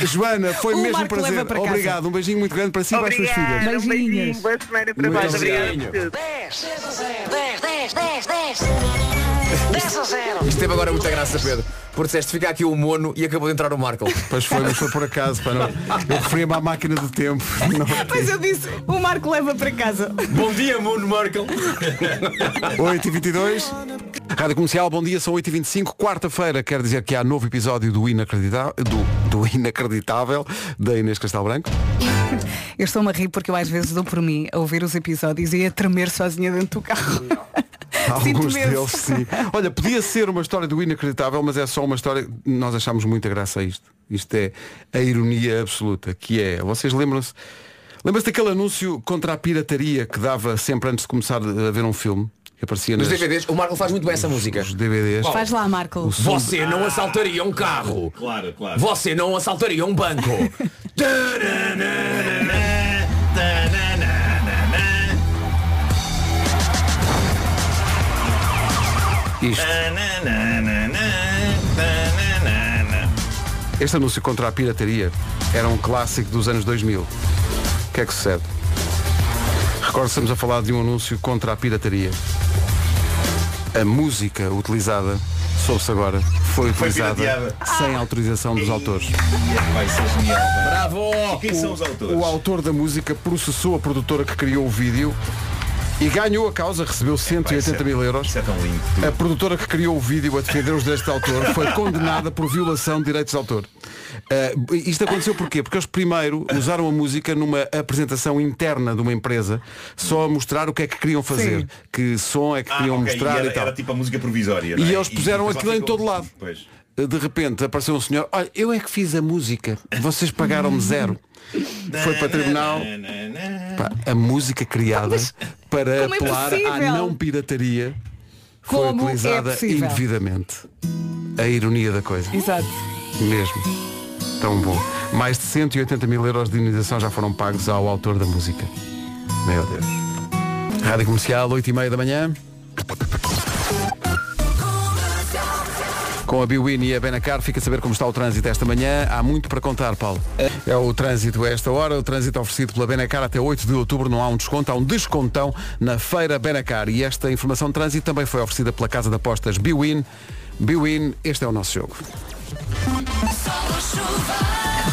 Speaker 1: eh, Joana, foi
Speaker 3: *laughs* O
Speaker 1: mesmo um
Speaker 3: Marco leva
Speaker 1: prazer.
Speaker 3: para casa.
Speaker 1: Obrigado, um beijinho muito grande para si e para as suas filhas.
Speaker 10: Obrigada. Um beijinho.
Speaker 3: Beijinhos.
Speaker 10: Boa semana para
Speaker 1: Muito
Speaker 10: vós. Obrigada
Speaker 7: obrigado.
Speaker 10: por tudo.
Speaker 5: 10, 10 a 0. 10, 10, 10, 10. 10 a 0.
Speaker 7: Isto teve agora muita graça, Pedro. Porque disseste fica aqui o mono e acabou de entrar o Marco.
Speaker 1: Pois foi, mas foi por acaso, para não. Eu referia-me à máquina do tempo. *laughs* Não.
Speaker 3: Pois eu disse, o Marco leva para casa.
Speaker 7: Bom dia, mono Marco.
Speaker 1: 8h22. Rádio Comercial, bom dia, são 8h25, quarta-feira, quer dizer que há novo episódio do, inacredita- do, do Inacreditável da Inês Castelo Branco.
Speaker 3: Eu estou-me a rir porque eu às vezes dou por mim a ouvir os episódios e a tremer sozinha dentro do carro. *laughs* Sinto
Speaker 1: Alguns
Speaker 3: imenso.
Speaker 1: deles, sim. Olha, podia ser uma história do Inacreditável, mas é só uma história. Nós achamos muita graça a isto. Isto é a ironia absoluta, que é. Vocês lembram-se. Lembra-se daquele anúncio contra a pirataria que dava sempre antes de começar a ver um filme? Que aparecia
Speaker 7: Nos
Speaker 1: nas,
Speaker 7: DVDs, o Marco faz muito bem essa música.
Speaker 1: nos DVDs.
Speaker 3: Faz lá, Marco.
Speaker 7: Você não assaltaria um carro. Você não assaltaria um banco.
Speaker 1: Isto. Este anúncio contra a pirataria era um clássico dos anos 2000. O que é que sucede? Recordo que estamos a falar de um anúncio contra a pirataria. A música utilizada, soube-se agora, foi
Speaker 11: Foi
Speaker 1: utilizada
Speaker 11: pirateada.
Speaker 1: sem autorização dos autores.
Speaker 11: Vai ser genial.
Speaker 7: Bravo!
Speaker 11: E quem são os autores?
Speaker 1: O autor da música processou a produtora que criou o vídeo e ganhou a causa, recebeu 180 mil euros.
Speaker 11: Isso é tão lindo.
Speaker 1: A produtora que criou o vídeo a defender os direitos de autor foi condenada por violação de direitos de autor. Ah, isto aconteceu porquê? Porque eles primeiro usaram a música numa apresentação interna de uma empresa, só a mostrar o que é que queriam fazer,
Speaker 11: Sim. Ah,
Speaker 1: que som é que queriam
Speaker 11: ok,
Speaker 1: mostrar
Speaker 11: era,
Speaker 1: e tal.
Speaker 11: era tipo a música provisória. não
Speaker 1: E
Speaker 11: é?
Speaker 1: eles puseram
Speaker 11: depois lá
Speaker 1: aquilo em
Speaker 11: ficou-
Speaker 1: todo lado. Eh,
Speaker 11: Pois.
Speaker 1: De repente apareceu um senhor, olha, eu é que fiz a música, vocês pagaram-me
Speaker 11: *laughs*
Speaker 1: zero. Foi para tribunal. Pá, a música criada para
Speaker 3: como é
Speaker 1: apelar à
Speaker 3: possível?
Speaker 1: não pirataria foi
Speaker 3: Como é
Speaker 1: utilizada
Speaker 3: possível?
Speaker 1: indevidamente. A ironia da coisa.
Speaker 3: Exato.
Speaker 1: Mesmo. Tão bom. Mais de 180 mil euros de indenização já foram pagos ao autor da música. Meu Deus. Rádio Comercial, 8 e meia da manhã. Com a Biwin e a Benacar, fica a saber como está o trânsito esta manhã. Há muito para contar, Paulo. É o trânsito a esta hora, o trânsito oferecido pela Benacar até 8 de outubro. Não há um desconto, há um descontão na feira Benacar. E esta informação de trânsito também foi oferecida pela Casa de Apostas Biwin. Biwin, este é o nosso jogo.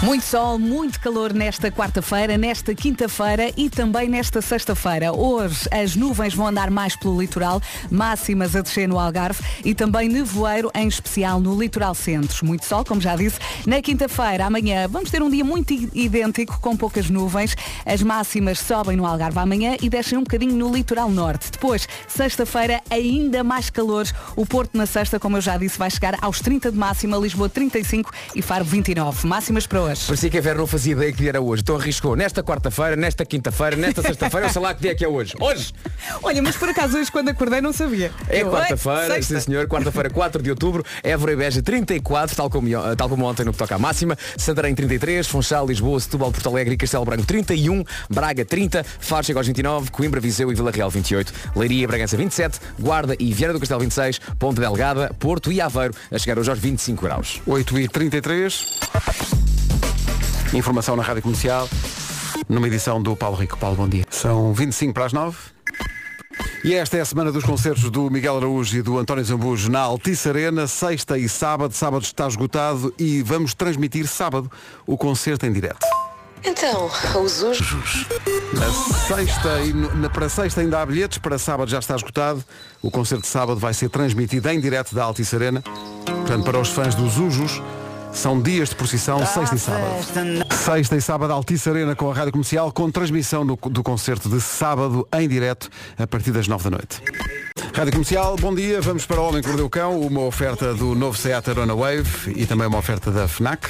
Speaker 3: Muito sol, muito calor nesta quarta-feira, nesta quinta-feira e também nesta sexta-feira. Hoje as nuvens vão andar mais pelo litoral, máximas a descer no Algarve e também nevoeiro, em especial no litoral centro. Muito sol, como já disse. Na quinta-feira, amanhã, vamos ter um dia muito i- idêntico, com poucas nuvens. As máximas sobem no Algarve amanhã e descem um bocadinho no litoral norte. Depois, sexta-feira, ainda mais calores. O Porto na sexta, como eu já disse, vai chegar aos 30 de máxima, Lisboa 35 e Faro 29. Máximas para hoje.
Speaker 7: Parecia que a Vera não fazia ideia que dia era hoje. Então arriscou nesta quarta-feira, nesta quinta-feira, nesta sexta-feira, ou sei lá que dia é que é hoje. Hoje!
Speaker 3: Olha, mas por acaso hoje quando acordei não sabia.
Speaker 7: É
Speaker 3: Eu,
Speaker 7: quarta-feira,
Speaker 3: "Ei,
Speaker 7: sim
Speaker 3: sexta."
Speaker 7: senhor, quarta-feira 4 de outubro, Évora e Beja 34, tal como, io- tal como ontem no que toca à máxima, Santarém 33, Funchal, Lisboa, Setúbal, Porto Alegre e Castelo Branco 31, Braga 30, Faro chega aos 29, Coimbra, Viseu e Vila Real 28, Leiria e Bragança 27, Guarda e Vieira do Castelo 26, Ponte Delgada, Porto e Aveiro a chegar hoje aos 25 graus.
Speaker 1: 8 e 33 Informação na Rádio Comercial, numa edição do Paulo Rico. Paulo, bom dia. São 25 para as 9. E esta é a semana dos concertos do Miguel Araújo e do António Zambujo na Altice Arena, sexta e sábado. Sábado está esgotado e vamos transmitir sábado o concerto em direto.
Speaker 5: Então, os hoje.
Speaker 1: Na sexta e no- na- para sexta ainda há bilhetes, para sábado já está esgotado. O concerto de sábado vai ser transmitido em direto da Altice Arena. Portanto, para os fãs dos Ujos, são dias de procissão, Ah, sexta e sábado. Sexta e sábado, Altice Arena com a Rádio Comercial, com transmissão do, do concerto de sábado em direto, a partir das nove da noite. Rádio Comercial, bom dia. Vamos para o Homem que Mordeu o Cão, uma oferta do novo Seat Arona Wave e também uma oferta da FNAC.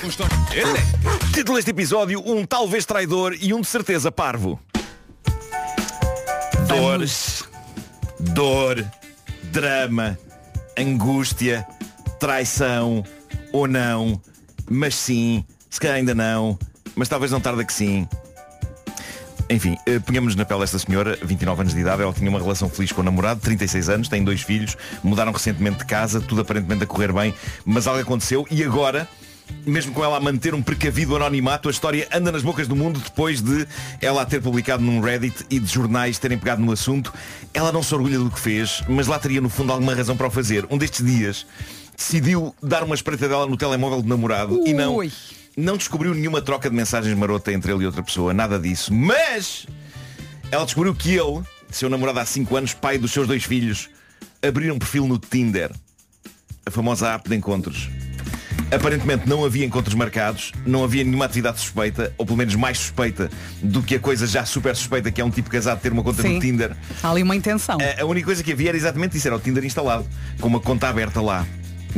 Speaker 11: Título deste episódio, um talvez traidor e um de certeza parvo. Dores, dor, drama, angústia, traição, ou não, mas sim, se calhar ainda não, mas talvez não tarda que sim. Enfim, eh, ponhamos na pele esta senhora, 29 anos de idade, ela tinha uma relação feliz com o namorado, 36 anos, tem dois filhos, mudaram recentemente de casa, tudo aparentemente a correr bem, mas algo aconteceu e agora, mesmo com ela a manter um precavido anonimato, a história anda nas bocas do mundo depois de ela a ter publicado num Reddit e de jornais terem pegado no assunto. Ela não se orgulha do que fez, mas lá teria no fundo alguma razão para o fazer. Um destes dias decidiu dar uma espreitadela no telemóvel do namorado e não não descobriu nenhuma troca de mensagens marota entre ele e outra pessoa, nada disso. Mas ela descobriu que ele, seu namorado há 5 anos, pai dos seus dois filhos, abriram um perfil no Tinder, a famosa app de encontros. Aparentemente não havia encontros marcados, não havia nenhuma atividade suspeita, ou pelo menos mais suspeita do que a coisa já super suspeita que é um tipo casado ter uma conta
Speaker 3: Sim.
Speaker 11: no Tinder. É.
Speaker 3: Há ali uma intenção.
Speaker 11: A, a única coisa que havia era exatamente isso, era o Tinder instalado, com uma conta aberta lá.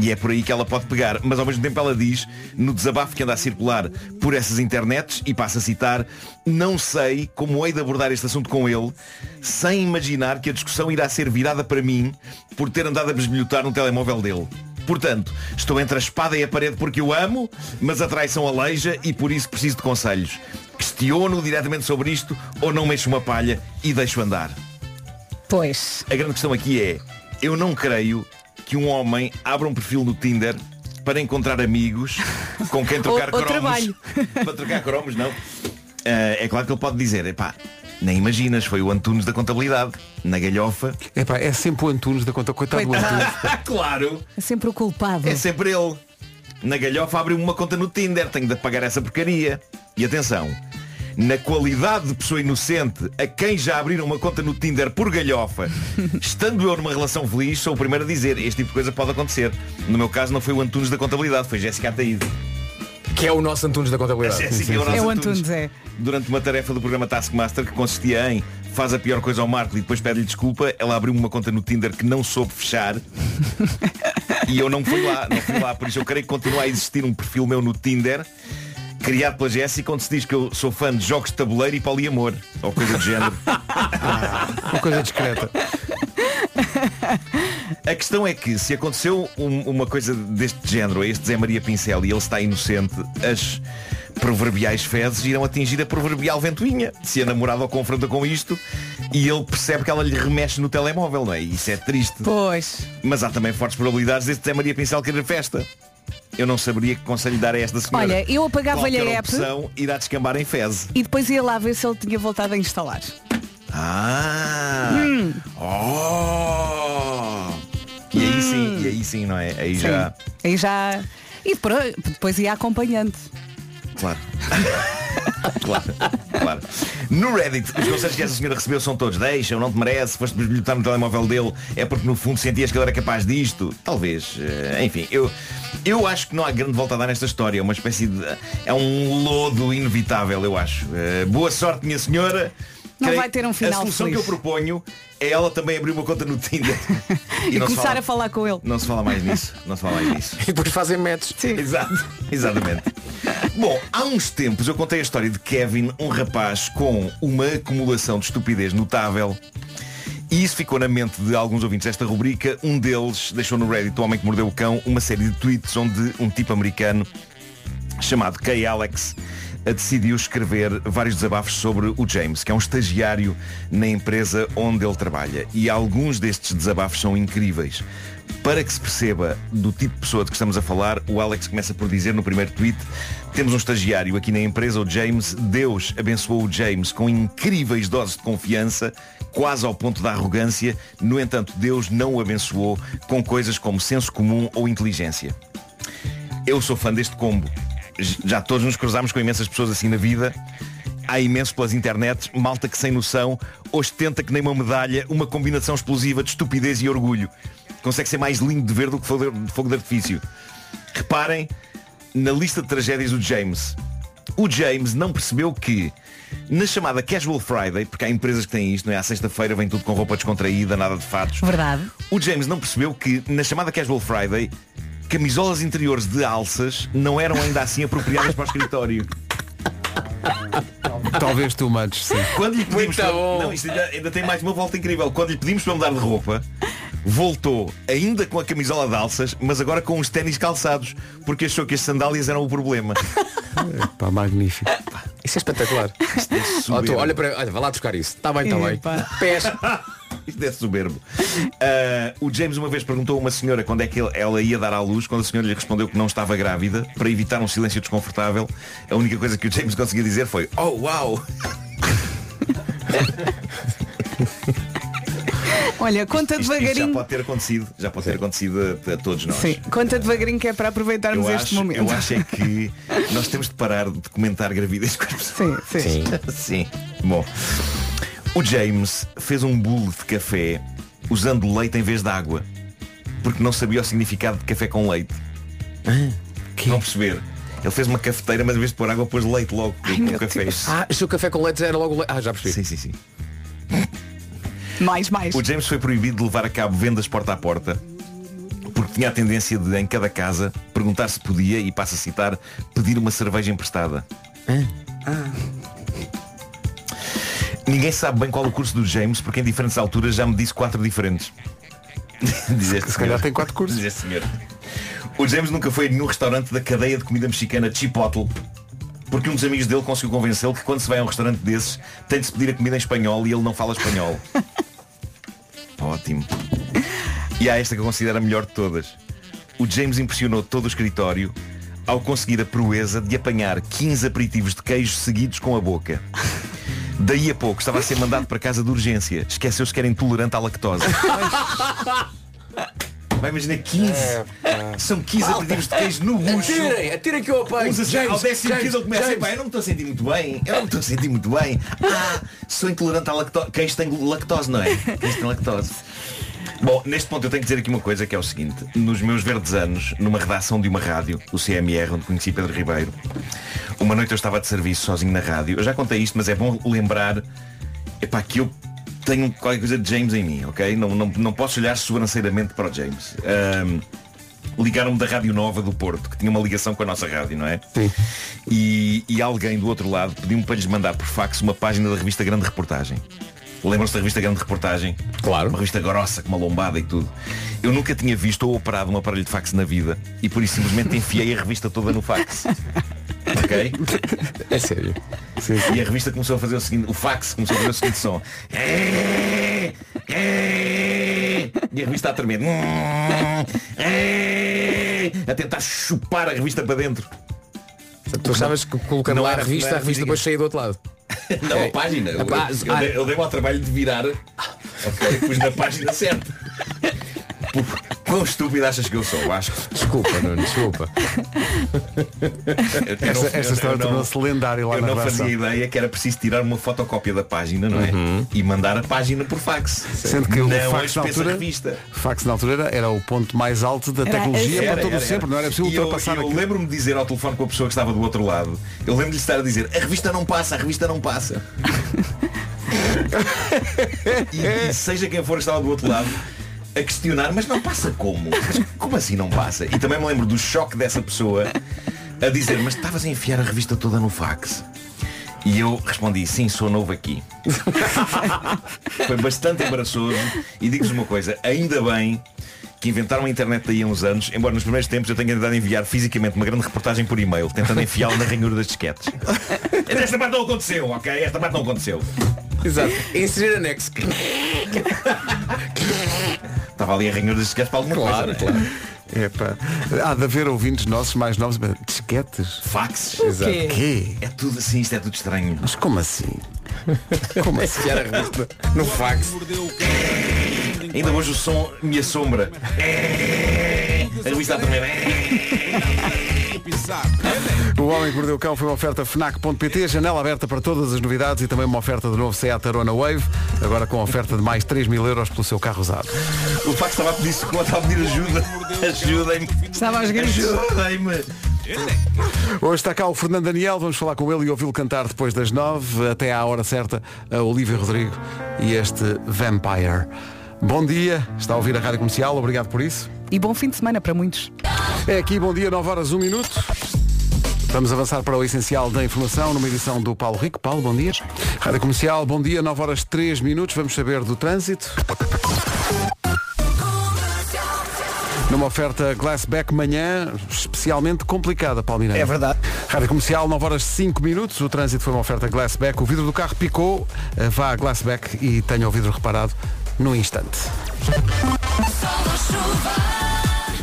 Speaker 11: E é por aí que ela pode pegar, mas ao mesmo tempo ela diz, no desabafo que anda a circular por essas internets, e passa a citar, não sei como hei de abordar este assunto com ele, sem imaginar que a discussão irá ser virada para mim por ter andado a besbilhotar no telemóvel dele. Portanto, estou entre a espada e a parede porque o amo, mas a traição aleija e por isso preciso de conselhos. Questiono diretamente sobre isto ou não mexo uma palha e deixo andar.
Speaker 3: Pois.
Speaker 11: A grande questão aqui é, eu não creio que um homem abra um perfil no Tinder para encontrar amigos
Speaker 12: *laughs*
Speaker 11: com quem trocar
Speaker 12: Ou- ou
Speaker 11: cromos.
Speaker 12: trabalho.
Speaker 11: *laughs* para trocar cromos, não. Ah, é claro que ele pode dizer, epá, nem imaginas, foi o Antunes da contabilidade, na galhofa.
Speaker 1: Epá, é sempre o Antunes da conta. Coitado do
Speaker 11: Coitado.
Speaker 1: Antunes.
Speaker 11: claro.
Speaker 3: É sempre o culpado.
Speaker 11: É sempre ele. Na galhofa abriu uma conta no Tinder, tenho de pagar essa porcaria. E atenção, na qualidade de pessoa inocente a quem já abriram uma conta no Tinder por galhofa, estando eu numa relação feliz, sou o primeiro a dizer, este tipo de coisa pode acontecer. No meu caso não foi o Antunes da contabilidade, foi Jéssica Ataíde.
Speaker 7: Que é o nosso Antunes da contabilidade.
Speaker 11: É, é, sim, é o nosso
Speaker 3: É o
Speaker 11: Antunes.
Speaker 3: Antunes, é.
Speaker 11: Durante uma tarefa do programa Taskmaster que consistia em faz a pior coisa ao Marco e depois pede-lhe desculpa, ela abriu uma conta no Tinder que não soube
Speaker 3: *laughs*
Speaker 11: fechar e eu não fui lá, não fui lá, por isso eu creio que continua a existir um perfil meu no Tinder criado pela Jéssica onde se diz que eu sou fã de jogos de tabuleiro e poliamor ou coisa do género.
Speaker 1: Uma coisa discreta.
Speaker 11: A questão é que se aconteceu um- uma coisa deste género a este Zé Maria Pincel e ele está inocente, as proverbiais fezes irão atingir a proverbial ventoinha. Se a namorada o confronta com isto e ele percebe que ela lhe remexe no telemóvel, não é? Isso é triste.
Speaker 3: Pois.
Speaker 11: Mas há também fortes probabilidades deste Zé Maria Pincel querer festa. Eu não saberia que conselho dar a esta senhora.
Speaker 3: Olha, eu apagava-lhe a
Speaker 11: Qualquer
Speaker 3: app.
Speaker 11: opção irá descambar em fezes.
Speaker 3: E depois ia lá ver se ele tinha voltado a instalar.
Speaker 11: Ah!
Speaker 3: Hum.
Speaker 11: Oh! E aí sim, e aí sim, não é? Aí já.
Speaker 3: Aí já. E depois- depois ia acompanhando.
Speaker 11: Claro. *laughs* claro, claro. No Reddit, os conselhos que essa senhora recebeu são todos Deixa, não te merece, foste bisbilhotar no telemóvel dele É porque no fundo sentias que ele era capaz disto Talvez, eh, enfim Eu, eu acho que não há grande volta a dar nesta história É uma espécie de... É um lodo inevitável, eu acho Eh, Boa sorte, minha senhora
Speaker 3: Não
Speaker 11: Creio-
Speaker 3: vai ter um final
Speaker 11: A solução
Speaker 3: feliz.
Speaker 11: que eu proponho é ela também abrir uma conta no
Speaker 3: *laughs*
Speaker 11: Tinder
Speaker 3: E,
Speaker 11: não se
Speaker 3: começar
Speaker 11: fala-
Speaker 3: a falar com ele.
Speaker 11: não se fala mais nisso. Não se fala mais nisso.
Speaker 7: *laughs* E depois fazem matches.
Speaker 11: Exato. Exatamente. Bom, há uns tempos eu contei a história de Kevin, um rapaz com uma acumulação de estupidez notável. E isso ficou na mente de alguns ouvintes desta rubrica. Um deles deixou no Reddit, o homem que mordeu o cão, uma série de tweets onde um tipo americano chamado Kay Alex eh, decidiu escrever vários desabafos sobre o James, que é um estagiário na empresa onde ele trabalha. E alguns destes desabafos são incríveis. Para que se perceba do tipo de pessoa de que estamos a falar, o Alex começa por dizer no primeiro tweet temos um estagiário aqui na empresa, o James. Deus abençoou o James com incríveis doses de confiança, quase ao ponto da arrogância. No entanto, Deus não o abençoou com coisas como senso comum ou inteligência. Eu sou fã deste combo. J- Já todos nos cruzámos com imensas pessoas assim na vida. Há imenso pelas internets, malta que sem noção, ostenta que nem uma medalha, uma combinação explosiva de estupidez e orgulho. Consegue ser mais lindo de ver do que fogo de, fogo de artifício. Reparem na lista de tragédias do James. O James não percebeu que na chamada Casual Friday, porque há empresas que têm isto, não é? À sexta-feira vem tudo com roupa descontraída, nada de fatos.
Speaker 3: Verdade.
Speaker 11: O James não percebeu que, na chamada Casual Friday, camisolas interiores de alças não eram ainda assim apropriadas para o escritório.
Speaker 1: Talvez tu mandes, sim.
Speaker 11: Quando lhe pedimos para... Não, isto ainda, ainda tem mais uma volta incrível. Quando lhe pedimos para mudar de roupa, voltou ainda com a camisola de alças, mas agora com os ténis calçados, porque achou que as sandálias eram o problema.
Speaker 1: Pá, magnífico.
Speaker 7: Isso é
Speaker 11: *laughs*
Speaker 7: espetacular. Ó, tu, olha, para, olha, vai lá buscar isso. Está bem, está bem. Pés.
Speaker 11: *laughs* Isto é soberbo. Ah, o James uma vez perguntou a uma senhora quando é que ele- ela ia dar à luz, quando a senhora lhe respondeu que não estava grávida, para evitar um silêncio desconfortável, a única coisa que o James conseguia dizer foi Oh, uau!
Speaker 3: Olha, conta
Speaker 11: *laughs* Isto- isto já
Speaker 3: Tá devagarinho.
Speaker 11: pode ter acontecido, já pode ter acontecido a, a todos nós.
Speaker 3: Sim, conta devagarinho que é para aproveitarmos
Speaker 11: Eu
Speaker 3: este
Speaker 11: acho,
Speaker 3: momento.
Speaker 11: eu acho é que nós temos de parar de comentar gravidez com as pessoas.
Speaker 3: Sim, sim.
Speaker 11: *laughs* Sim. Bom, o James fez um bolo de café usando leite em vez de água. Porque não sabia o significado de café com leite.
Speaker 7: Ah,
Speaker 11: Não perceber. Ele fez uma cafeteira, mas em vez de pôr água, pôs leite logo com- com o café.
Speaker 7: Ah, se o café com leite era logo leite. Ah, já percebi.
Speaker 11: Sim, sim, sim.
Speaker 3: Mais, mais.
Speaker 11: O James foi proibido de levar a cabo vendas porta a porta porque tinha a tendência de, em cada casa, perguntar se podia, e passo a citar, pedir uma cerveja emprestada. Ah. Ninguém sabe bem qual o curso do James, porque em diferentes alturas já me disse quatro diferentes. *laughs* Diz este
Speaker 1: Se calhar
Speaker 11: senhor.
Speaker 1: tem quatro cursos.
Speaker 11: Diz este senhor. O James nunca foi no restaurante da cadeia de comida mexicana Chipotle porque um dos amigos dele conseguiu convencê-lo que quando se vai a um restaurante desses tem de se pedir a comida em espanhol e ele não fala espanhol. Ótimo. E há esta que eu considero a melhor de todas. O James impressionou todo o escritório ao conseguir a proeza de apanhar 15 aperitivos de queijo seguidos com a boca. Daí a pouco estava a ser mandado para casa de urgência. Esqueceu-se que era intolerante à lactose. Vai imaginar 15. São 15 aperitivos de queijo no bucho.
Speaker 7: É, Atirem, atirem que eu apanho.
Speaker 11: Usa já ao décimo quinto ele começa "Epá, eu não me estou a sentir muito bem, eu não me estou a sentir muito bem. Ah, sou intolerante à lactose. Queijo tem lactose, não é? Queijo tem lactose. Bom, neste ponto eu tenho que dizer aqui uma coisa que é o seguinte. Nos meus verdes anos, numa redação de uma rádio, o CMR, onde conheci Pedro Ribeiro, uma noite eu estava de serviço sozinho na rádio. Eu já contei isto, mas é bom lembrar epá, que eu tenho qualquer coisa de James em mim, ok? Não, não, não posso olhar sobranceiramente para o James. Ahm, Ligaram-me da Rádio Nova do Porto, que tinha uma ligação com a nossa rádio, não é? Sim. E, e alguém do outro lado pediu-me para lhes mandar por fax uma página da revista Grande Reportagem. Lembram-se da revista Grande Reportagem? Claro. Uma revista grossa, com uma lombada e tudo. Eu nunca tinha visto ou operado um aparelho de fax na vida e por isso simplesmente enfiei a revista toda no *laughs* fax. Ok? É sério. E a revista começou a fazer o seguinte, o fax começou a fazer o seguinte som. E a revista a tremer. A tentar chupar a revista para dentro.
Speaker 7: Tu sabes que colocando
Speaker 11: Não
Speaker 7: lá a
Speaker 11: era-
Speaker 7: revista,
Speaker 11: não
Speaker 7: a
Speaker 11: era
Speaker 7: revista depois saía do outro lado.
Speaker 11: Não,
Speaker 7: É.
Speaker 11: a página. Eu,
Speaker 7: A pá-
Speaker 11: eu,
Speaker 7: ah.
Speaker 11: dei- eu dei-me ao trabalho de virar. Ok, pus na página certa. Pô, Quão estúpido achas que eu sou, acho?
Speaker 7: Desculpa, Nuno, desculpa.
Speaker 11: Eu
Speaker 1: Esta-
Speaker 11: não-
Speaker 1: esta
Speaker 11: eu
Speaker 1: história
Speaker 11: não-
Speaker 1: tornou-se lendária lá
Speaker 11: Eu
Speaker 1: na
Speaker 11: não
Speaker 1: redação.
Speaker 11: fazia ideia que era preciso tirar uma fotocópia da página, não é? E mandar a página por fax.
Speaker 1: Sendo que
Speaker 11: não
Speaker 1: o
Speaker 11: a
Speaker 1: fax
Speaker 11: espessa
Speaker 1: na, altura,
Speaker 11: revista.
Speaker 1: fax na altura era- era o ponto mais alto da tecnologia para todo o sempre, não era possível
Speaker 11: E eu-
Speaker 1: ultrapassar
Speaker 11: Eu,
Speaker 1: aquilo.
Speaker 11: lembro-me de dizer ao telefone com a pessoa que estava do outro lado, eu lembro-lhe de estar a dizer, a revista não passa, a revista não passa. e, e seja quem for que estava do outro lado, a questionar, mas não passa como? Mas como assim não passa? E também me lembro do choque dessa pessoa a dizer, mas estavas a enfiar a revista toda no fax. E eu respondi, sim, sou novo aqui. Foi bastante embaraçoso e digo-vos uma coisa, ainda bem que inventaram a internet daí a uns anos, embora nos primeiros tempos eu tenha tentado enviar fisicamente uma grande reportagem por e-mail, tentando enfiá-lo na ranhura das disquetes. Esta parte não aconteceu, ok? Esta parte não aconteceu.
Speaker 12: *laughs*
Speaker 7: Exato. Inserir anexo.
Speaker 11: Estava ali a ranhura das disquetes para alguma coisa. não é?
Speaker 1: Epá. Há de haver ouvintes nossos mais novos, mas disquetes.
Speaker 11: Faxes.
Speaker 1: Exato.
Speaker 11: quê?
Speaker 1: Quê?
Speaker 11: É tudo assim, isto é tudo estranho.
Speaker 1: Mas como assim?
Speaker 11: *laughs*
Speaker 1: Como assim?
Speaker 7: Enfiar a revista no fax.
Speaker 11: Ainda hoje o som me assombra. A revista a É.
Speaker 1: O Homem que Mordeu o Cão foi uma oferta FNAC.pt, janela aberta para todas as novidades e também uma oferta de novo Seat Arona Wave, agora com oferta de mais 3 mil euros pelo seu carro usado.
Speaker 11: O fax estava a pedir socorro, estava a pedir ajuda. Ajudem-me.
Speaker 3: Estava aos gritos.
Speaker 11: Ajudem-me.
Speaker 1: Hoje está cá o Fernando Daniel, vamos falar com ele e ouvi-lo cantar depois das 9, até à hora certa, a Olívia Rodrigo e este Vampire. Bom dia, está a ouvir a Rádio Comercial, obrigado por isso.
Speaker 3: E bom fim de semana para muitos.
Speaker 1: É aqui, bom dia, 9 horas, 1 minuto. Vamos avançar para o essencial da informação numa edição do Paulo Rico. Paulo, bom dia. Rádio Comercial, bom dia, 9 horas 3 minutos. Vamos saber do trânsito. Numa oferta Glassback manhã, especialmente complicada, Palmeiras. É
Speaker 2: verdade.
Speaker 1: Rádio Comercial, 9 horas 5 minutos. O trânsito foi uma oferta Glassback. O vidro do carro picou. Eh, Vá a Glassback e tenha o vidro reparado no instante.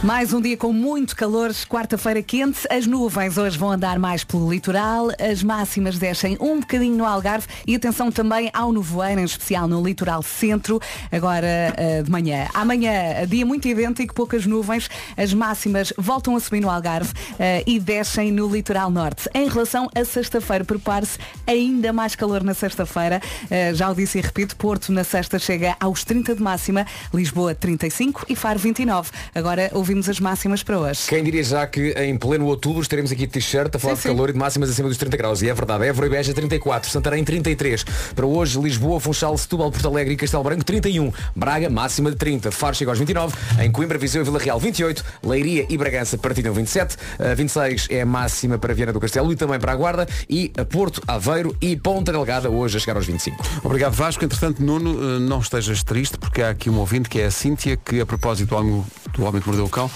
Speaker 3: Mais um dia com muito calor, quarta-feira quente, as nuvens hoje vão andar mais pelo litoral, as máximas descem um bocadinho no Algarve e atenção também ao nevoeiro, em especial no litoral centro, agora eh, de manhã. Amanhã, dia muito idêntico, poucas nuvens, as máximas voltam a subir no Algarve eh, e descem no litoral norte. Em relação a sexta-feira, prepare-se ainda mais calor na sexta-feira, Eh, já o disse e repito, Porto na sexta chega aos 30 de máxima, Lisboa 35 e Faro 29. Agora ouvimos as máximas para hoje.
Speaker 7: Quem diria já que em pleno outubro estaremos aqui de t-shirt a falar
Speaker 3: Sim,
Speaker 7: de calor e de máximas acima dos 30 graus. E é verdade, Évora e Beja 34, Santarém 33. Para hoje, Lisboa, Funchal, Setúbal, Porto Alegre e Castelo Branco 31. Braga, máxima de 30. Faro chega aos 29. Em Coimbra, Viseu e Vila Real 28. Leiria e Bragança partilham 27. Eh, 26 é a máxima para Viana do Castelo e também para a Guarda. E a Porto, Aveiro e Ponta Delgada hoje a chegar aos 25.
Speaker 1: Obrigado Vasco. Entretanto, Nuno, eh, não estejas triste porque há aqui um ouvinte que é a Cíntia que a propósito do homem, do homem que mordeu o Falcão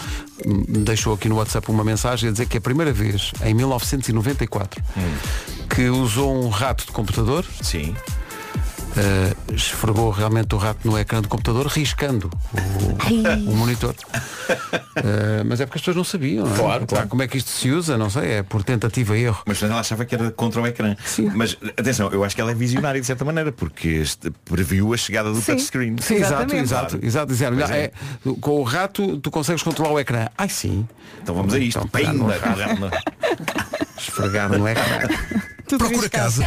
Speaker 1: hum, deixou aqui no WhatsApp uma mensagem a dizer que é a primeira vez, em 1994, que usou um rato de computador.
Speaker 11: Sim.
Speaker 1: Eh, esfregou realmente o rato no ecrã do computador, riscando o, o monitor. Eh, mas é porque as pessoas não sabiam. não é?
Speaker 11: Claro,
Speaker 1: Tá,
Speaker 11: claro.
Speaker 1: Como é que isto se usa? Não sei, é por tentativa e erro.
Speaker 11: Mas portanto, ela achava que era contra o ecrã. Mas atenção, eu acho que ela é visionária de certa maneira, porque este previu a chegada do
Speaker 1: Sim.
Speaker 11: touchscreen.
Speaker 1: Sim, exato, exato, exato. Disseram,
Speaker 11: Pois
Speaker 1: olha,
Speaker 11: é.
Speaker 1: é, com o rato tu consegues controlar o ecrã. Ai sim.
Speaker 11: Então vamos a isto.
Speaker 1: Então, pegar no
Speaker 11: Pimba,
Speaker 1: rato.
Speaker 11: pegar no-
Speaker 1: Esfregar no ecrã.
Speaker 9: Procura casa.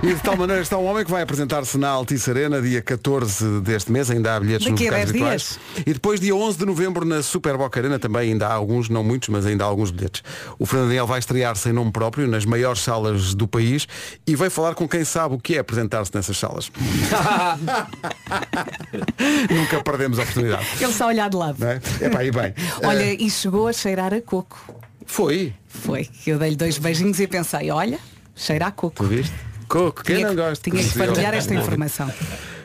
Speaker 1: E de tal maneira está um homem que vai apresentar-se na Altice Arena dia 14 deste mês, ainda há bilhetes
Speaker 3: Daqui
Speaker 1: nos
Speaker 3: a
Speaker 1: locais
Speaker 3: 10
Speaker 1: virtuais. E depois dia 11 de novembro na Super Boca Arena também ainda há alguns, não muitos, mas ainda há alguns bilhetes. O Fernando Daniel vai estrear-se em nome próprio nas maiores salas do país e vai falar com quem sabe o que é apresentar-se nessas salas. *laughs* Nunca perdemos a oportunidade.
Speaker 3: Ele está a olhar de lado.
Speaker 1: Não é? Epá, e bem.
Speaker 3: Eh, Olha,
Speaker 1: eh,
Speaker 3: e chegou a cheirar a coco.
Speaker 1: foi.
Speaker 3: Foi. Eu dei-lhe dois beijinhos e pensei, olha, cheira a coco.
Speaker 1: Tu viste? Coco, quem
Speaker 3: Tinha
Speaker 1: não
Speaker 3: que-
Speaker 1: gosta?
Speaker 3: Tinha que
Speaker 1: Sim,
Speaker 3: partilhar
Speaker 1: eu-
Speaker 3: esta informação.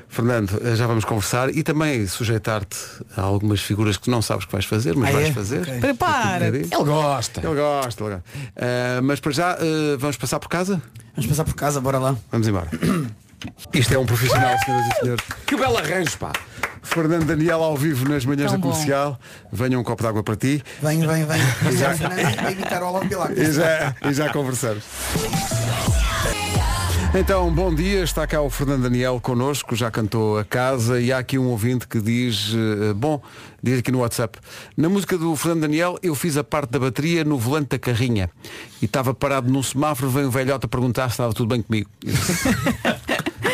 Speaker 1: Fernando, eh, já vamos conversar e também sujeitar-te a algumas figuras que não sabes que vais fazer, mas
Speaker 3: Ah,
Speaker 1: vais
Speaker 3: é?
Speaker 1: fazer.
Speaker 3: Ok. Prepara-te.
Speaker 1: Ele
Speaker 12: gosta.
Speaker 1: Ele gosta, ele gosta. Eh, mas para já, eh, vamos passar por casa?
Speaker 12: Vamos passar por casa, bora lá.
Speaker 1: Vamos embora. Isto é um profissional, senhoras e senhores.
Speaker 7: Que belo arranjo, pá.
Speaker 1: Fernando Daniel ao vivo nas manhãs
Speaker 12: Tão
Speaker 1: da
Speaker 12: bom.
Speaker 1: comercial. Venha um copo de água para ti.
Speaker 12: Vem, vem, *laughs* vem.
Speaker 1: E já,
Speaker 12: Vai imitar o Alan Pilar.
Speaker 1: e já, e já conversamos. Então, bom dia, está cá o Fernando Daniel connosco, já cantou a casa e há aqui um ouvinte que diz, eh, bom, diz aqui no WhatsApp, na música do Fernando Daniel eu fiz a parte da bateria no volante da carrinha e estava parado num semáforo, veio um velhote a perguntar se estava tudo bem comigo. *laughs*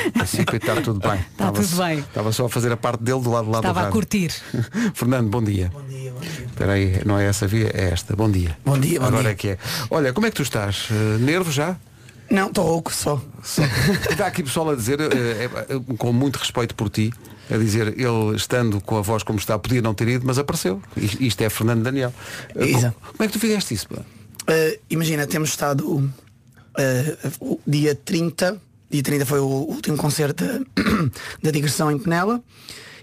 Speaker 1: Eu disse, Assim, coitado, tudo bem. Está
Speaker 3: tudo bem.
Speaker 1: Estava só a fazer a parte dele do lado, do lado
Speaker 3: Estava
Speaker 1: do
Speaker 3: a
Speaker 1: rádio.
Speaker 3: curtir.
Speaker 1: *laughs* Fernando, bom dia. Bom dia, bom dia. Espera aí, não é essa via, é esta. Bom dia.
Speaker 12: Bom dia, bom
Speaker 1: Agora
Speaker 12: dia.
Speaker 1: é que é. Olha, como é que tu estás? Eh, nervo já?
Speaker 12: Não, estou rouco só.
Speaker 1: Só- Está aqui pessoal a dizer, eh, eh, eh, com muito respeito por ti, a dizer, ele estando com a voz como está, podia não ter ido, mas apareceu. Isto isto é Fernando Daniel. Eh, com-
Speaker 12: Exato.
Speaker 1: Como é que tu fizeste isso? pá?
Speaker 12: Eh, imagina, temos estado eh, o dia 30, dia 30 foi o último concerto da, da digressão em Penela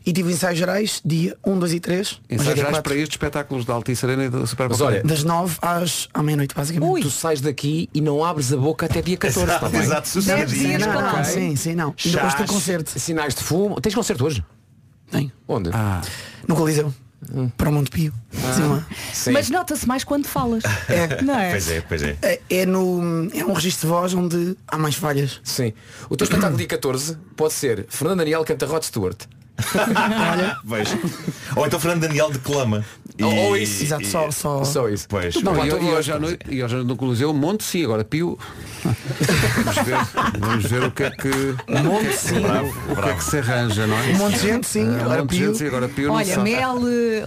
Speaker 12: e tive ensaios gerais dia 1, 2 e 3.
Speaker 1: Ensaios gerais para estes espetáculos da Altice Arena e da Super
Speaker 7: *laughs* Mas
Speaker 1: Boca
Speaker 7: olha,
Speaker 1: Arena.
Speaker 12: Das 9 às, à meia-noite, basicamente.
Speaker 7: Tu sais daqui e não abres a boca até dia 14.
Speaker 12: Exato,
Speaker 7: tá bem?
Speaker 12: exato, sossegadinho. Deve ser, não, não, sim, sim, não. E depois tem
Speaker 7: Chás,
Speaker 12: concerto.
Speaker 7: Sinais de fumo. Tens concerto hoje?
Speaker 12: Tem.
Speaker 7: Onde?
Speaker 1: Ah.
Speaker 12: No Coliseu. Para o Monte Pio.
Speaker 7: Ah,
Speaker 12: Sim, lá.
Speaker 3: Mas nota-se mais quando falas. Não é?
Speaker 11: Pois é, pois é.
Speaker 12: É, é no, é um registro de voz onde há mais falhas.
Speaker 7: Sim. O teu espetáculo dia 14 pode ser Fernando Daniel canta Rod Stewart.
Speaker 11: Vejo. Ou então Fernando Daniel declama. E-
Speaker 7: Ou isso.
Speaker 12: Exato,
Speaker 11: e-
Speaker 12: só- só-
Speaker 7: Só isso.
Speaker 11: Pois.
Speaker 1: Não,
Speaker 11: Pá,
Speaker 1: e,
Speaker 11: tu-
Speaker 1: e hoje à noite, e hoje à noite no Coliseu, Monte sim, agora Pio. Vamos ver, vamos ver o que é que, o que, é que se-
Speaker 11: Bravo,
Speaker 1: o que é que se arranja, não é?
Speaker 12: Um monte de gente,
Speaker 1: Ah,
Speaker 12: sim,
Speaker 1: um
Speaker 12: agora
Speaker 1: monte de
Speaker 12: Pio.
Speaker 1: gente, sim, agora Pio não
Speaker 3: Olha,
Speaker 1: sabe.
Speaker 3: mel,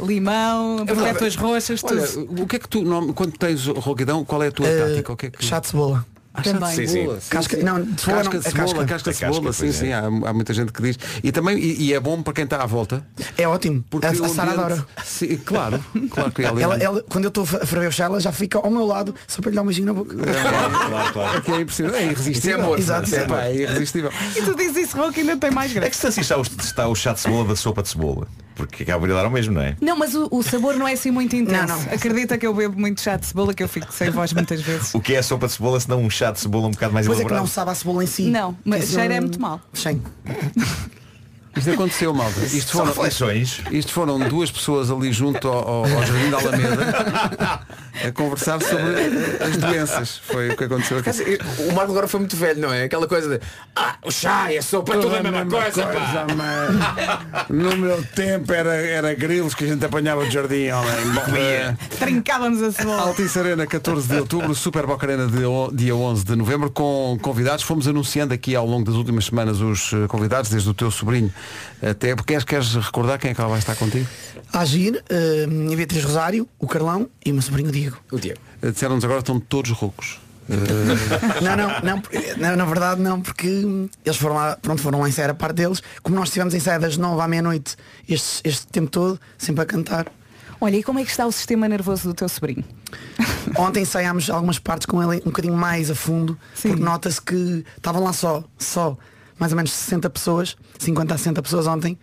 Speaker 3: limão, perpétuas roxas, tudo.
Speaker 1: Olha, o que é que tu, não- quando tens rouquidão, qual é a tua
Speaker 12: Eh,
Speaker 1: tática? O que é que...
Speaker 12: Chá de cebola.
Speaker 1: Ah, chá de
Speaker 12: Também.
Speaker 7: Sim, sim.
Speaker 1: cebola, sim,
Speaker 12: Casca-
Speaker 1: sim.
Speaker 12: não, de cebola
Speaker 1: casca
Speaker 12: não,
Speaker 1: de
Speaker 12: a
Speaker 1: cebola, casca
Speaker 12: casca.
Speaker 1: de
Speaker 11: A casca,
Speaker 1: cebola, sim,
Speaker 11: pois é.
Speaker 1: sim, há, há muita gente que diz. E também, e, e é bom para quem está à volta.
Speaker 12: É ótimo.
Speaker 1: Porque
Speaker 12: a,
Speaker 1: o
Speaker 12: a Sara
Speaker 1: ambiente-
Speaker 12: adora.
Speaker 1: Sim, claro, claro que é ela,
Speaker 12: Ela, ela- quando eu estou a ferver o chá, ela já fica ao meu lado só para lhe dar um beijinho na boca.
Speaker 11: Claro, claro.
Speaker 1: É que é impressionante, é irresistível.
Speaker 7: Isso é amor,
Speaker 1: Exato,
Speaker 7: isso é
Speaker 1: é, pá,
Speaker 7: amor.
Speaker 1: é irresistível.
Speaker 3: E tu dizes isso, Roque, ainda tem mais
Speaker 11: A
Speaker 3: graça.
Speaker 11: questão é se está o, está o chá de cebola da sopa de cebola. Porque acaba de dar o mesmo, não é?
Speaker 3: Não, mas o, o sabor não é assim muito intenso.
Speaker 12: Não, não.
Speaker 3: Acredita que eu bebo muito chá de cebola, que eu fico sem voz muitas vezes.
Speaker 11: O que é a sopa de cebola se não um chá de cebola um bocado mais
Speaker 12: Pois é que
Speaker 11: elaborado?
Speaker 12: não sabe a cebola em si.
Speaker 3: Não, mas
Speaker 12: Esse
Speaker 3: cheiro
Speaker 12: um-
Speaker 3: é muito mal.
Speaker 12: Sim.
Speaker 1: Isto aconteceu, malta. Isto
Speaker 11: São
Speaker 1: foram,
Speaker 11: reflexões.
Speaker 1: isto foram duas pessoas ali junto ao, ao- ao Jardim da Alameda *laughs* a conversar sobre eh, as doenças. Foi o que aconteceu aqui.
Speaker 7: O Marco agora foi muito velho, não é? Aquela coisa de Ah, o chá e a sopa é tudo a mesma coisa, pá.
Speaker 1: mas no meu tempo era, era grilos que a gente apanhava de jardim,
Speaker 7: *laughs*
Speaker 1: homem. Bom, eh,
Speaker 3: Trincávamos a cebola.
Speaker 1: Altice Arena, 14 de outubro, Super Boca Arena, de o- dia 11 de novembro, com convidados. Fomos anunciando aqui ao longo das últimas semanas os eh, convidados, desde o teu sobrinho até. Porque queres, queres recordar quem é que ela vai estar contigo?
Speaker 12: A Agir, eh, a Beatriz Rosário, o Carlão e o meu sobrinho Diego.
Speaker 7: O Diego.
Speaker 1: Eh, Disseram-nos agora que estão todos Eh, roucos.
Speaker 12: Não, não, não, porque- na, na verdade não, porque hum, eles foram lá, pronto, foram lá ensaiar a parte deles. Como nós estivemos ensaiar das 9 à meia-noite este, este tempo todo, sempre a cantar.
Speaker 3: Olha, e como é que está o sistema nervoso do teu sobrinho?
Speaker 12: Ontem ensaiámos algumas partes com ele um bocadinho mais a fundo,
Speaker 3: Sim.
Speaker 12: porque nota-se que estavam lá só, só mais ou menos 60 pessoas, 50 a 60 pessoas ontem.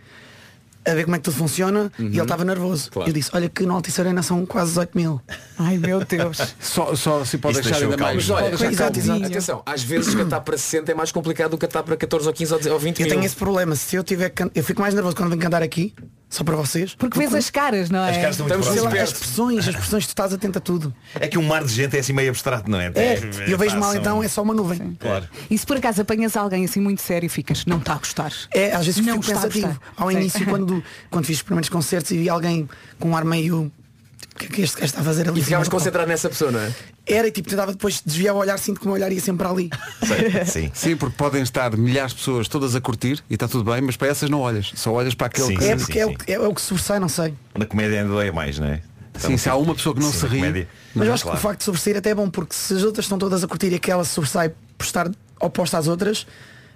Speaker 12: a ver como é que tudo funciona
Speaker 1: Uhum.
Speaker 12: e ele estava nervoso.
Speaker 1: Claro.
Speaker 12: Eu disse, olha que no Altice Arena são quase 18 mil.
Speaker 3: Ai meu Deus.
Speaker 1: Só, só se pode
Speaker 7: Isso
Speaker 1: deixar
Speaker 7: deixou
Speaker 1: ainda
Speaker 7: calmo.
Speaker 1: mais.
Speaker 7: Mas olha,
Speaker 1: Pode deixar
Speaker 7: exato,
Speaker 1: calmo.
Speaker 7: exato. Atenção, às vezes cantar para 60 é mais complicado do que cantar para 14 ou 15 ou 10 ou 20
Speaker 12: Eu
Speaker 7: mil.
Speaker 12: tenho esse problema. Se eu tiver can... Eu fico mais nervoso quando venho cantar aqui, só para vocês.
Speaker 3: Porque vês as caras, não é?
Speaker 11: As caras estão muito
Speaker 12: Estamos Então, sei lá,
Speaker 11: próximas.
Speaker 12: as expressões, as expressões, tu estás atento a tudo.
Speaker 11: É que um mar de gente é assim meio abstrato, não é?
Speaker 12: É, e eu vejo
Speaker 11: pá,
Speaker 12: mal
Speaker 11: são-
Speaker 12: então, é só uma nuvem.
Speaker 11: Claro.
Speaker 3: E se por acaso apanhas alguém assim muito sério e ficas, não está a gostar.
Speaker 12: É, às vezes
Speaker 3: não
Speaker 12: fico
Speaker 3: está a
Speaker 12: pensativo.
Speaker 3: gostar.
Speaker 12: Ao
Speaker 3: Sim.
Speaker 12: início,
Speaker 3: *laughs*
Speaker 12: quando, quando fiz os primeiros concertos e vi alguém com um ar meio. tipo, O que é que este gajo está a fazer ali?
Speaker 7: E ficámos
Speaker 12: Mas,
Speaker 7: concentrados nessa pessoa, não é?
Speaker 12: Era e tipo, tentava depois desviar o olhar, sinto que o meu olhar ia sempre ali.
Speaker 1: Sim. porque podem estar milhares de pessoas todas a curtir e está tudo bem, mas para essas não olhas, só olhas para aquele que
Speaker 12: é porque é, o *laughs* que, é, o que sobressai, não sei.
Speaker 11: Na comédia ainda é mais, não é? Então,
Speaker 1: Sim, se há uma pessoa que não
Speaker 11: sim,
Speaker 1: se
Speaker 11: na
Speaker 1: ri,
Speaker 11: comédia-
Speaker 12: Mas eu acho
Speaker 11: Claro.
Speaker 12: que o facto de sobressair até é bom, porque se as outras estão todas a curtir e aquela sobressai por estar oposta às outras,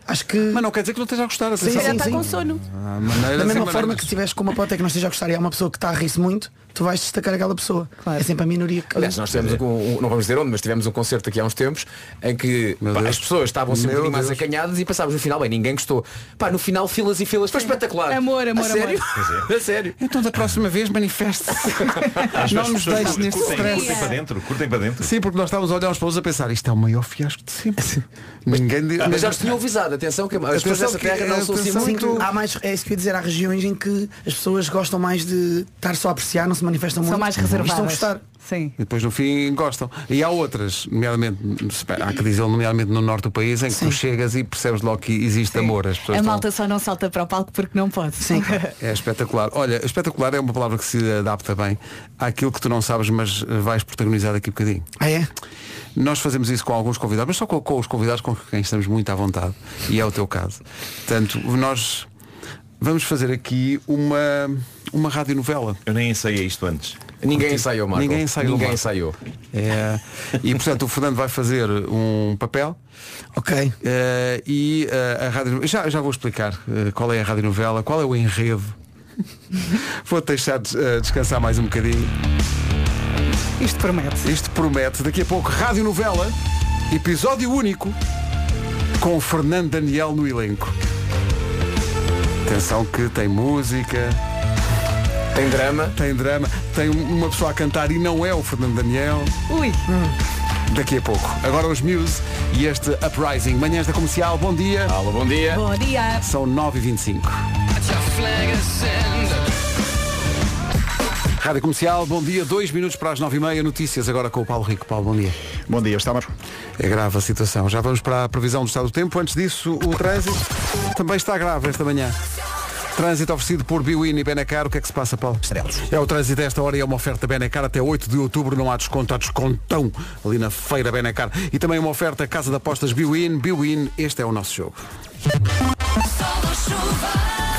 Speaker 12: acho que. Mas
Speaker 1: não quer dizer que não esteja a gostar,
Speaker 12: sim,
Speaker 1: atenção.
Speaker 12: sim,
Speaker 1: Ela está
Speaker 12: sim.
Speaker 1: com sono. Há maneiras
Speaker 12: da
Speaker 1: e
Speaker 7: é
Speaker 12: mesma
Speaker 1: maneiras.
Speaker 12: forma que se estiveres com uma plateia que não esteja a gostar e há uma pessoa que está a rir-se muito, tu vais destacar aquela pessoa. É sempre a minoria que.
Speaker 7: Aliás, nós tivemos um, um- não vamos dizer onde, mas tivemos um concerto aqui há uns tempos em que pá, as pessoas estavam sempre um
Speaker 12: Meu
Speaker 7: bocadinho mais
Speaker 12: Deus.
Speaker 7: acanhadas e passámos no final, bem, ninguém gostou. Pá, no final filas e filas, foi espetacular.
Speaker 3: Amor, amor,
Speaker 7: a
Speaker 3: amor.
Speaker 7: sério? *laughs* A sério.
Speaker 1: Então da próxima vez manifeste-se.
Speaker 11: Acho que as
Speaker 1: não nos
Speaker 11: pessoas
Speaker 1: deixes neste
Speaker 11: curtem,
Speaker 1: stress.
Speaker 11: Curtem para dentro, curtem para dentro.
Speaker 1: Sim, porque nós estávamos a olhar uns para os outros a pensar, isto é o maior fiasco de sempre. Ninguém
Speaker 11: Ah,
Speaker 1: diz.
Speaker 7: Mas já os tinham avisado, atenção que as pessoas dessa terra não são assim muito.
Speaker 12: Há mais, é isso que eu ia dizer, há regiões em que as pessoas gostam mais de estar só a apreciar, não se manifestam muito. Uhum.
Speaker 3: São mais
Speaker 12: e estão a
Speaker 3: reservadas.
Speaker 12: um gostar.
Speaker 3: Sim.
Speaker 1: E depois no fim gostam. E há outras, nomeadamente, há que dizer, nomeadamente no norte do país, em que tu chegas e percebes logo que existe amor. As pessoas
Speaker 3: A
Speaker 1: estão-
Speaker 3: malta só não salta para o palco porque não pode. Sim.
Speaker 1: É espetacular. Olha, espetacular é uma palavra que se adapta bem àquilo que tu não sabes, mas eh, vais protagonizar daqui a bocadinho.
Speaker 12: Ah, é?
Speaker 1: Nós fazemos isso com alguns convidados, mas só com, com os convidados com quem estamos muito à vontade. E é o teu caso. Portanto, nós vamos fazer aqui uma, uma radionovela.
Speaker 11: Eu nem ensaiei isto antes.
Speaker 7: Ninguém ensaiou, Marco.
Speaker 1: Ninguém ensaiou.
Speaker 7: Ninguém
Speaker 1: Marco.
Speaker 7: ensaiou.
Speaker 1: É, e portanto o Fernando vai fazer um papel.
Speaker 12: Ok.
Speaker 1: e eh, a rádio. Já, já vou explicar eh, qual é a rádio novela, qual é o enredo. *laughs* vou deixar des- eh, descansar mais um bocadinho.
Speaker 3: *laughs* Isto promete.
Speaker 1: Isto promete. Daqui a pouco, rádio novela, episódio único com Fernando Daniel no elenco. Atenção que tem música.
Speaker 7: Tem drama.
Speaker 1: Tem drama. Tem uma pessoa a cantar e não é o Fernando Daniel.
Speaker 3: Ui.
Speaker 1: Daqui a pouco. Agora os Muse e este Uprising. Manhãs da Comercial, bom dia.
Speaker 7: Alô, bom dia.
Speaker 3: Bom dia.
Speaker 1: São 9h25. Rádio Comercial, bom dia. Dois minutos para as 9h30. Notícias agora com o Paulo Rico. Paulo, bom dia.
Speaker 13: Bom dia, está Marco.
Speaker 1: É grave a situação. Já vamos para a previsão do estado do tempo. Antes disso, o trânsito também está grave esta manhã. Trânsito oferecido por Biwin e Benacar. O que é que se passa, Paulo? É o trânsito desta hora e é uma oferta Benacar. Até 8 de outubro não há desconto, há descontão ali na feira Benacar. E também uma oferta Casa de Apostas Biwin. Biwin, este é o nosso jogo.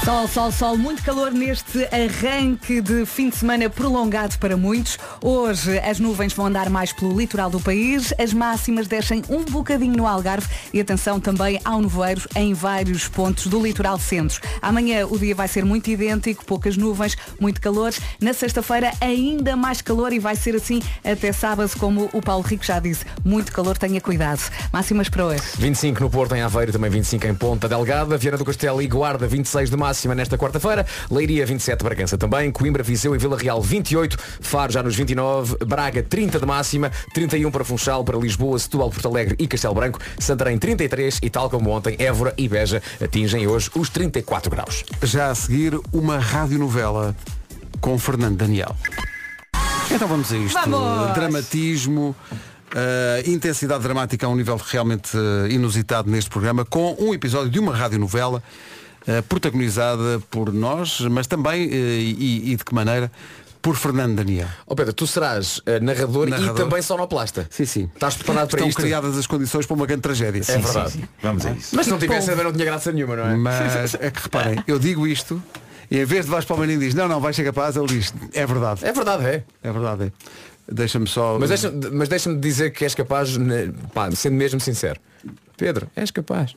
Speaker 3: Sol, sol, sol, muito calor neste arranque de fim de semana prolongado para muitos. Hoje as nuvens vão andar mais pelo litoral do país, as máximas descem um bocadinho no Algarve e atenção também ao nevoeiro em vários pontos do litoral centro. Amanhã o dia vai ser muito idêntico, poucas nuvens, muito calor. Na sexta-feira ainda mais calor e vai ser assim até sábado, como o Paulo Rico já disse. Muito calor, tenha cuidado. Máximas para hoje.
Speaker 7: 25 no Porto, em Aveiro, também 25 em Ponta Delgada, Viana do Castelo e Guarda 26 de máxima nesta quarta-feira, Leiria 27, Bragança também, Coimbra, Viseu e Vila Real 28, Faro já nos 29, Braga 30 de máxima, 31 para Funchal, para Lisboa, Setúbal, Porto Alegre e Castelo Branco, Santarém 33 e tal como ontem, Évora e Beja atingem hoje os 34 graus.
Speaker 1: Já a seguir, uma radionovela com Fernando Daniel. Então vamos a isto.
Speaker 7: Vamos!
Speaker 1: Dramatismo, eh, intensidade dramática a um nível realmente eh, inusitado neste programa, com um episódio de uma radionovela eh, protagonizada por nós, mas também, eh, e, e de que maneira, por Fernando Daniel.
Speaker 7: Ó Pedro, tu serás eh, narrador,
Speaker 1: Narrador.
Speaker 7: e também sonoplasta.
Speaker 1: Sim, sim.
Speaker 7: Estás preparado para
Speaker 1: Estão
Speaker 7: isto?
Speaker 1: criadas as condições para uma grande tragédia.
Speaker 7: É verdade.
Speaker 11: Vamos
Speaker 3: Ah.
Speaker 11: a isso.
Speaker 7: Mas se não tivesse também não tinha graça nenhuma, não é?
Speaker 1: Mas é que reparem, eu digo isto e em vez de Vasco Palmeirinho diz, não, não, vais ser capaz, ele diz, é verdade.
Speaker 7: É verdade, é.
Speaker 1: É verdade, é. Deixa-me só.
Speaker 7: Mas deixa- mas deixa-me dizer que és capaz, né, pá, sendo mesmo sincero. Pedro, és capaz.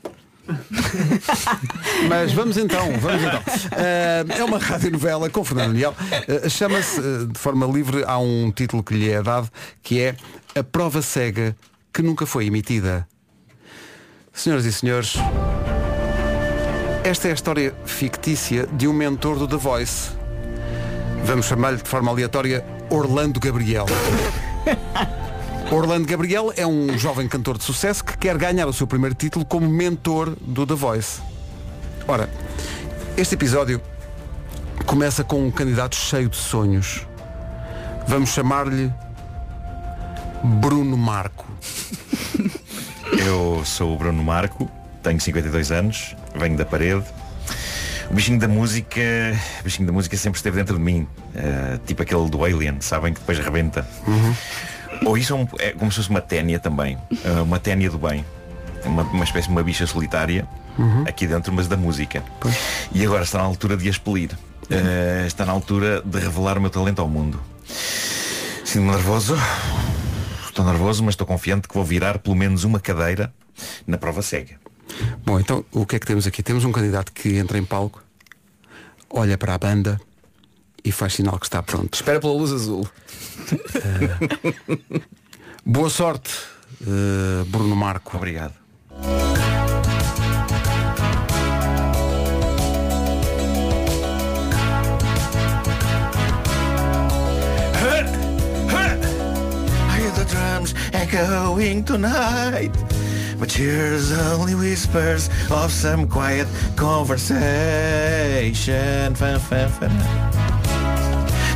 Speaker 1: Mas vamos então, vamos então. Eh, é uma radionovela com Fernando Daniel. Eh, Chama-se, eh, de forma livre, há um título que lhe é dado, que é A Prova Cega que Nunca Foi Emitida. Senhoras e senhores, Esta é a história fictícia de um mentor do The Voice. Vamos chamar-lhe de forma aleatória Orlando Gabriel. Orlando Gabriel é um jovem cantor de sucesso que quer ganhar o seu primeiro título como mentor do The Voice. Ora, este episódio começa com um candidato cheio de sonhos. Vamos chamar-lhe Bruno Marco.
Speaker 11: Eu sou o Bruno Marco, tenho 52 anos, venho da parede. O bichinho da música, o bichinho da música sempre esteve dentro de mim, eh, tipo aquele do Alien, sabem que depois rebenta.
Speaker 12: Uhum.
Speaker 11: Ou isso é, um- é como se fosse uma ténia também, eh, uma ténia do bem, uma, uma espécie de uma bicha solitária
Speaker 5: Uhum.
Speaker 11: aqui dentro, mas da música. E agora está na altura de a expelir. Eh, está na altura de revelar o meu talento ao mundo. Sinto-me nervoso. Estou nervoso, mas estou confiante que vou virar pelo menos uma cadeira na prova cega.
Speaker 1: Bom, então o que é que temos aqui? Temos um candidato que entra em palco, olha para a banda e faz sinal que está pronto.
Speaker 7: Espera pela luz azul.
Speaker 1: Boa sorte, eh, Bruno Marco.
Speaker 11: Obrigado.
Speaker 5: I hear the drums echoing tonight. My tears only whispers of some quiet conversation. Fan, fan, fan.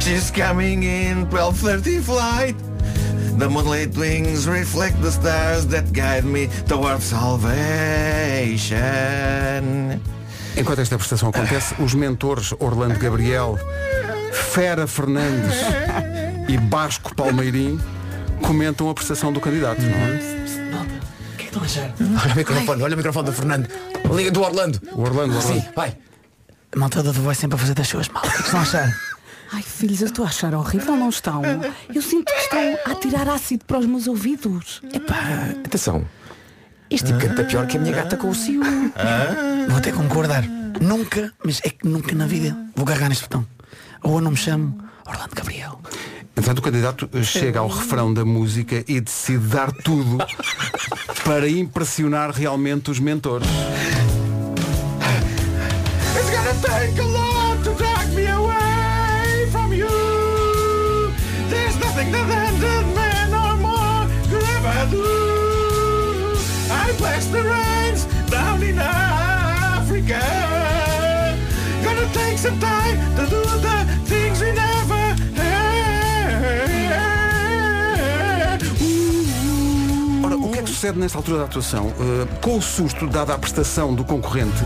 Speaker 5: She's coming in 12.30 flight. The moonlit wings reflect the stars that guide me towards salvation.
Speaker 1: Enquanto esta prestação acontece, os mentores Orlando Gabriel, Fera Fernandes e Basco Palmeirim comentam a prestação do candidato, não é?
Speaker 7: Olha o microfone, olha o microfone do Fernando. Liga do Orlando.
Speaker 1: O Orlando,
Speaker 7: Sim, vai.
Speaker 12: A malta da voz sempre a fazer das suas malas. Estão a achar?
Speaker 3: Ai, filhos, eu estou a achar horrível, não estão? Eu sinto que estão a tirar ácido para os meus ouvidos. É
Speaker 7: Epá, atenção. Este tipo canta pior que a minha gata com o ciúme.
Speaker 12: Vou até concordar. Nunca, mas é que nunca na vida vou carregar neste botão. Ou eu não me chamo Orlando Gabriel.
Speaker 1: Portanto, o candidato eh, chega ao refrão da música e decide dar tudo para impressionar realmente os mentores.
Speaker 5: It's gonna take a lot to drag me away from you. There's nothing that ended man or more could ever do. I bless the rains down in Africa. Gonna take some time to do the things we never had.
Speaker 1: Ora, o que é que sucede nesta altura da atuação? Uh, com o susto dado à prestação do concorrente,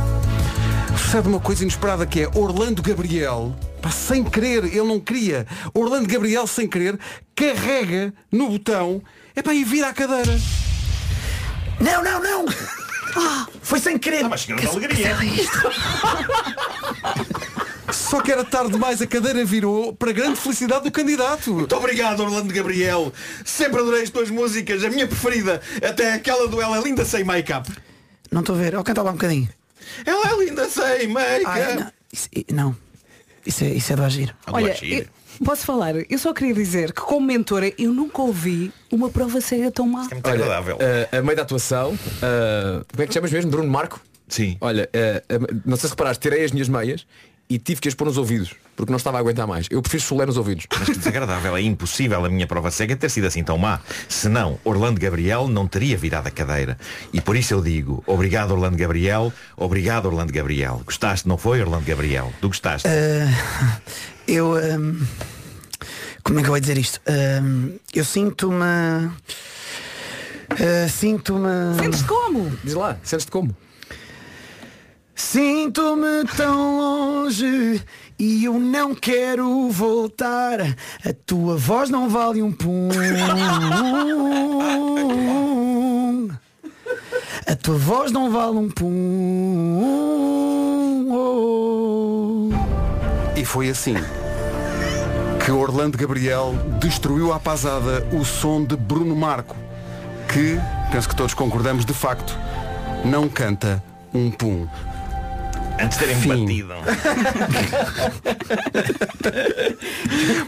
Speaker 1: sucede uma coisa inesperada que é Orlando Gabriel, pá, sem querer, ele não queria, Orlando Gabriel sem querer, carrega no botão epá, e vira a cadeira.
Speaker 12: Não, não, não! Ah, foi sem querer!
Speaker 11: mas que alegria!
Speaker 1: Só que era tarde demais, a cadeira virou para grande felicidade do candidato. Muito
Speaker 5: obrigado, Orlando Gabriel. Sempre adorei as tuas músicas, a minha preferida, até aquela do Ela é Linda Sem Make-up.
Speaker 12: Não estou a ver. Ou cantar lá um bocadinho.
Speaker 5: Ela é linda sem
Speaker 12: Ai,
Speaker 5: make-up.
Speaker 12: não. Isso, não. Isso é, isso é do agir.
Speaker 1: Ah,
Speaker 3: Olha, eu- posso falar? Eu só queria dizer que como mentora eu nunca ouvi uma prova cega tão
Speaker 1: é
Speaker 3: má.
Speaker 7: Olha, ah, a meio da atuação, ah, como é que te chamas mesmo? Bruno Marco?
Speaker 11: Sim.
Speaker 7: Olha, ah, ah, não sei se reparaste, tirei as minhas meias e tive que as pôr nos ouvidos, porque não estava a aguentar mais. Eu prefiro chulé nos ouvidos.
Speaker 11: Mas que desagradável, é impossível a minha prova cega ter sido assim tão má. Senão, Orlando Gabriel não teria virado a cadeira. E por isso eu digo, obrigado Orlando Gabriel, obrigado Orlando Gabriel. Gostaste, não foi Orlando Gabriel? Tu gostaste?
Speaker 12: Ah, eu. ahm, como é que eu vou dizer isto? Ahm, eu sinto-me. ah, sinto-me. Sentes
Speaker 3: como?
Speaker 7: Diz lá, sentes-te como?
Speaker 12: Sinto-me tão longe e eu não quero voltar. A tua voz não vale um pum. A tua voz não vale um pum. Oh.
Speaker 1: E foi assim que Orlando Gabriel destruiu à pasada o som de Bruno Marco, que, penso que todos concordamos de facto, não canta um pum.
Speaker 11: Antes de terem batido.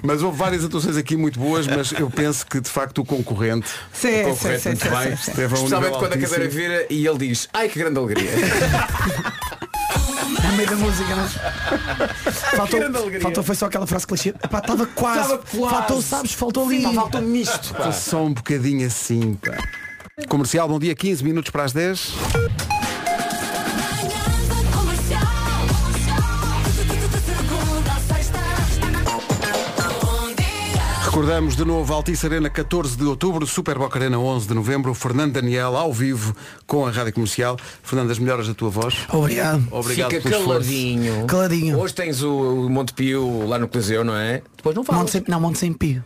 Speaker 1: Mas houve várias atuações aqui muito boas, mas eu penso que de facto o concorrente,
Speaker 3: Sim,
Speaker 1: o concorrente muito bem, esteve a um
Speaker 7: Especialmente
Speaker 11: é
Speaker 1: nível
Speaker 7: quando a
Speaker 1: altíssimo.
Speaker 7: cadeira vira e ele diz, ai que grande alegria.
Speaker 12: no meio da música, mas. Faltou,
Speaker 5: grande alegria.
Speaker 12: faltou foi só aquela frase clichê. Epá, estava quase.
Speaker 5: Estava quase.
Speaker 12: Faltou, sabes, faltou ali.
Speaker 5: Sim, faltou misto, pá.
Speaker 1: Só um bocadinho assim, pá. Comercial, bom dia, 15 minutos para as 10. Recordamos de novo Altice Arena 14 de outubro, Super Boca Arena 11 de novembro, Fernando Daniel ao vivo com a Rádio Comercial. Fernando, as melhoras da tua voz.
Speaker 12: Obrigado.
Speaker 1: Obrigado
Speaker 7: Fica
Speaker 1: pelo esforço.
Speaker 7: caladinho.
Speaker 12: Caladinho.
Speaker 7: Hoje tens o, o Monte Pio lá no Coliseu, não é? Depois não falas.
Speaker 12: Monte Sem- não, Monte Sem Pio.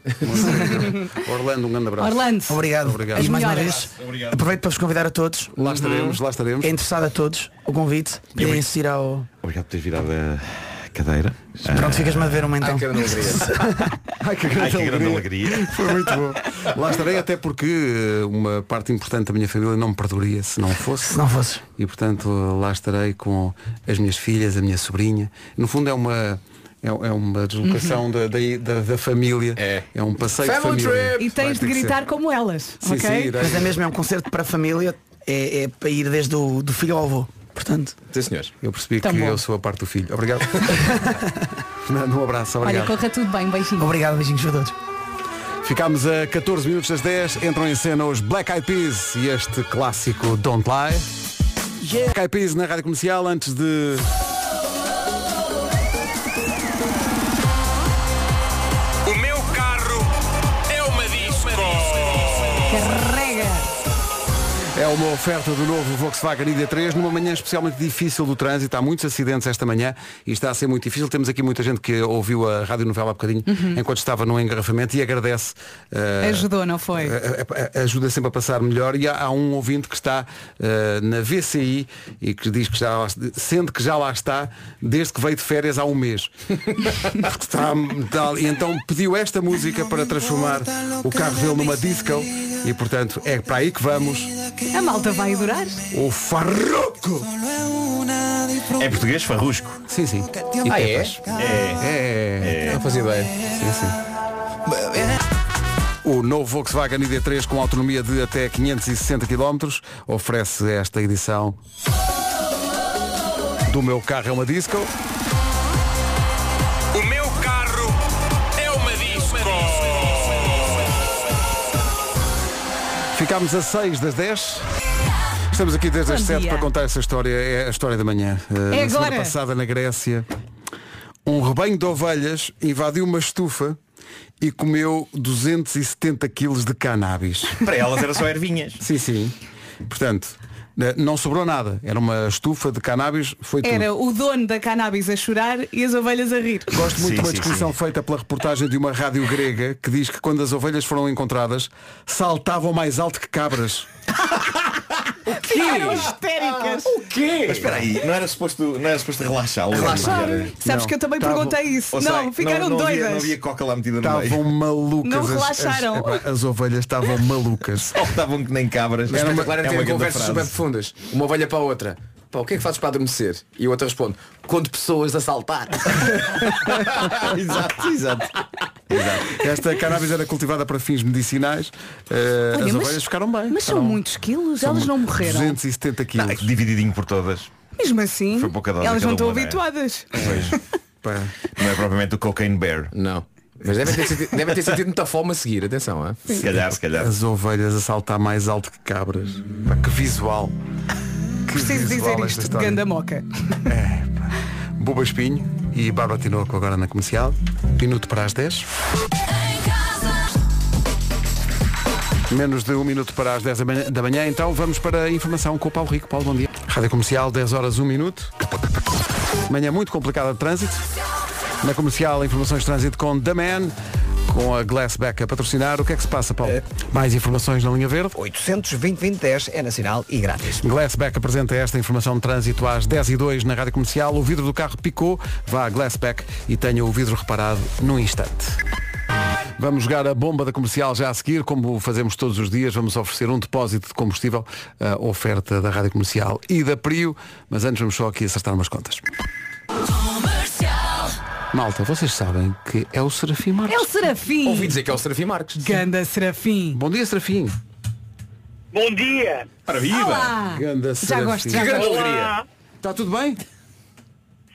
Speaker 1: Orlando, um grande abraço.
Speaker 12: Obrigado.
Speaker 1: Obrigado.
Speaker 12: E mais uma vez, aproveito para vos convidar a todos.
Speaker 1: Lá estaremos, lá estaremos.
Speaker 12: É interessado a todos o convite. Podem assistir ao.
Speaker 11: Obrigado por teres virado a cadeira. Ah,
Speaker 12: Pronto, ficas-me a ver uma então.
Speaker 11: Ai, que grande alegria.
Speaker 1: Ai, que
Speaker 11: Ai,
Speaker 1: grande,
Speaker 11: que grande
Speaker 1: alegria.
Speaker 11: alegria.
Speaker 1: Foi muito bom. Lá estarei até porque eh, uma parte importante da minha família não me perdoaria se não fosse.
Speaker 12: Se não fosse.
Speaker 1: E portanto eh, lá estarei com as minhas filhas, a minha sobrinha. No fundo é uma. É é uma deslocação da, da, da- da família. É. um passeio de família.
Speaker 3: E tens de
Speaker 1: Vai ter que ser.
Speaker 3: gritar como elas,
Speaker 1: Sim,
Speaker 3: ok?
Speaker 1: sim, irei.
Speaker 12: Mas é mesmo, é um concerto para a família, é, é para ir desde o do filho ao avô. Portanto.
Speaker 7: Sim, senhores.
Speaker 1: Eu percebi
Speaker 12: Tão
Speaker 1: que
Speaker 12: bom.
Speaker 1: eu sou a parte do filho.
Speaker 3: *laughs*
Speaker 1: Obrigado. Fernando, um abraço.
Speaker 3: Olha,
Speaker 1: Obrigado. Oh.
Speaker 3: corra tudo bem, beijinho.
Speaker 12: Obrigado, beijinhos a todos.
Speaker 1: Ficámos a 14 minutos das 10. Entram em cena os Black Eyed Peas e este clássico Don't Lie. Black Eyed Peas na rádio comercial antes de.
Speaker 5: O meu carro é uma disco.
Speaker 3: Carrega.
Speaker 1: É uma oferta do novo Volkswagen ID3 numa manhã especialmente difícil do trânsito. Há muitos acidentes esta manhã e está a ser muito difícil. Temos aqui muita gente que ouviu a rádio novela há bocadinho
Speaker 3: Uhum.
Speaker 1: enquanto estava no engarrafamento e agradece. eh,
Speaker 3: Ajudou, não foi?
Speaker 1: a- a- a- ajuda sempre a passar melhor e há, há um ouvinte que está eh, na VCI e que diz que já lá, sente que já lá está desde que veio de férias há um mês Está- está- e então pediu esta música para transformar o carro dele numa disco e portanto é para aí que vamos
Speaker 3: A malta vai adorar.
Speaker 1: o farroco
Speaker 11: É português farrusco.
Speaker 1: sim sim
Speaker 5: um
Speaker 1: E
Speaker 11: Ah, é?
Speaker 1: pepas. é é
Speaker 7: Não fazia ideia.
Speaker 1: sim sim O novo Volkswagen ID3 com autonomia de até 560 km oferece esta edição do meu carro é uma disco.
Speaker 5: O meu carro é uma disco.
Speaker 1: Ficámos a 6 das 10. Estamos aqui desde as
Speaker 5: Bom
Speaker 1: 7
Speaker 5: dia.
Speaker 1: para contar essa história. É a história da manhã. Eh, na
Speaker 5: É
Speaker 1: semana
Speaker 5: agora.
Speaker 1: passada na Grécia, um rebanho de ovelhas invadiu uma estufa e comeu 270 quilos de cannabis.
Speaker 11: *laughs* Para elas era só ervinhas.
Speaker 1: Sim, sim. Portanto, eh, não sobrou nada. Era uma estufa de cannabis, foi tudo.
Speaker 3: Era o dono da cannabis a chorar e as ovelhas a rir.
Speaker 1: Gosto muito de uma descrição feita pela reportagem de uma rádio grega que diz que quando as ovelhas foram encontradas, saltavam mais alto que cabras.
Speaker 5: O
Speaker 3: quê? Ficaram histéricas.
Speaker 5: O quê?
Speaker 11: Mas espera aí, não era suposto, não era suposto relaxá-lo?
Speaker 1: Ah.
Speaker 5: Relaxar.
Speaker 3: Sabes que eu também perguntei isso.
Speaker 11: Ou seja,
Speaker 3: não, ficaram
Speaker 11: não
Speaker 3: doidas.
Speaker 11: Havia, não havia coca lá metida no
Speaker 1: Estavam
Speaker 11: meio.
Speaker 1: malucas.
Speaker 3: Não
Speaker 1: as- as-
Speaker 3: relaxaram.
Speaker 1: epá, As, ovelhas estavam malucas.
Speaker 11: Ou estavam Oh, tá que nem cabras.
Speaker 7: Mas
Speaker 1: Era uma-
Speaker 7: espetacular é
Speaker 1: é uma
Speaker 7: terem
Speaker 1: grande
Speaker 7: conversas
Speaker 1: frase.
Speaker 7: super profundas. Uma ovelha para a outra. Pá, o que é que fazes para adormecer? E a outra responde, quando pessoas a saltar.
Speaker 11: *laughs* exato, exato.
Speaker 1: Esta cannabis era cultivada para fins medicinais. Eh,
Speaker 3: Olha,
Speaker 1: as
Speaker 3: mas-
Speaker 1: ovelhas ficaram bem.
Speaker 3: Mas são
Speaker 1: Ficaram
Speaker 3: muitos quilos, elas não morreram. é
Speaker 1: 270 quilos.
Speaker 11: divididinho por todas.
Speaker 3: Mesmo assim,
Speaker 11: Foi pouca dose
Speaker 3: elas
Speaker 11: cada
Speaker 3: não estão
Speaker 11: uma, não é?
Speaker 3: habituadas.
Speaker 11: Pois. Não é propriamente o cocaine bear.
Speaker 7: Não. Mas devem ter, sentido, devem ter sentido muita fome a seguir, atenção, é?
Speaker 11: Se calhar, se calhar.
Speaker 1: As ovelhas a saltar mais alto que cabras. Pá, que visual. Que
Speaker 3: Preciso
Speaker 1: visual esta
Speaker 3: dizer isto de
Speaker 1: história.
Speaker 3: Gandamoca.
Speaker 1: Buba Espinho e Bárbara Tinoco agora na comercial. Minuto para as 10. Menos de um minuto para as 10 da manhã, da manhã, então vamos para a informação com o Paulo Rico. Paulo, bom dia. Rádio Comercial, 10 horas, 1 minuto. Manhã muito complicada de trânsito. Na comercial, informações de trânsito com The Man, com a Glassback a patrocinar. O que é que se passa, Paulo? Mais informações na linha verde?
Speaker 2: 820-2010 é nacional e grátis.
Speaker 1: Glassback apresenta esta informação de trânsito às 10 e 2 na Rádio Comercial. O vidro do carro picou, vá a Glassback e tenha o vidro reparado num instante. Vamos jogar a bomba da comercial já a seguir, como fazemos todos os dias, vamos oferecer um depósito de combustível, a oferta da Rádio Comercial e da Prio, mas antes vamos só aqui acertar umas contas. Malta, vocês sabem que é o Serafim Marques.
Speaker 3: É o Serafim.
Speaker 7: Ouvi dizer que é o Serafim Marques.
Speaker 3: Ganda Serafim.
Speaker 1: Bom dia, Serafim.
Speaker 13: Bom dia!
Speaker 1: Ganda
Speaker 3: Ah, Já gosto,
Speaker 1: Serafim.
Speaker 3: já gosto.
Speaker 13: Olá.
Speaker 1: Está tudo bem?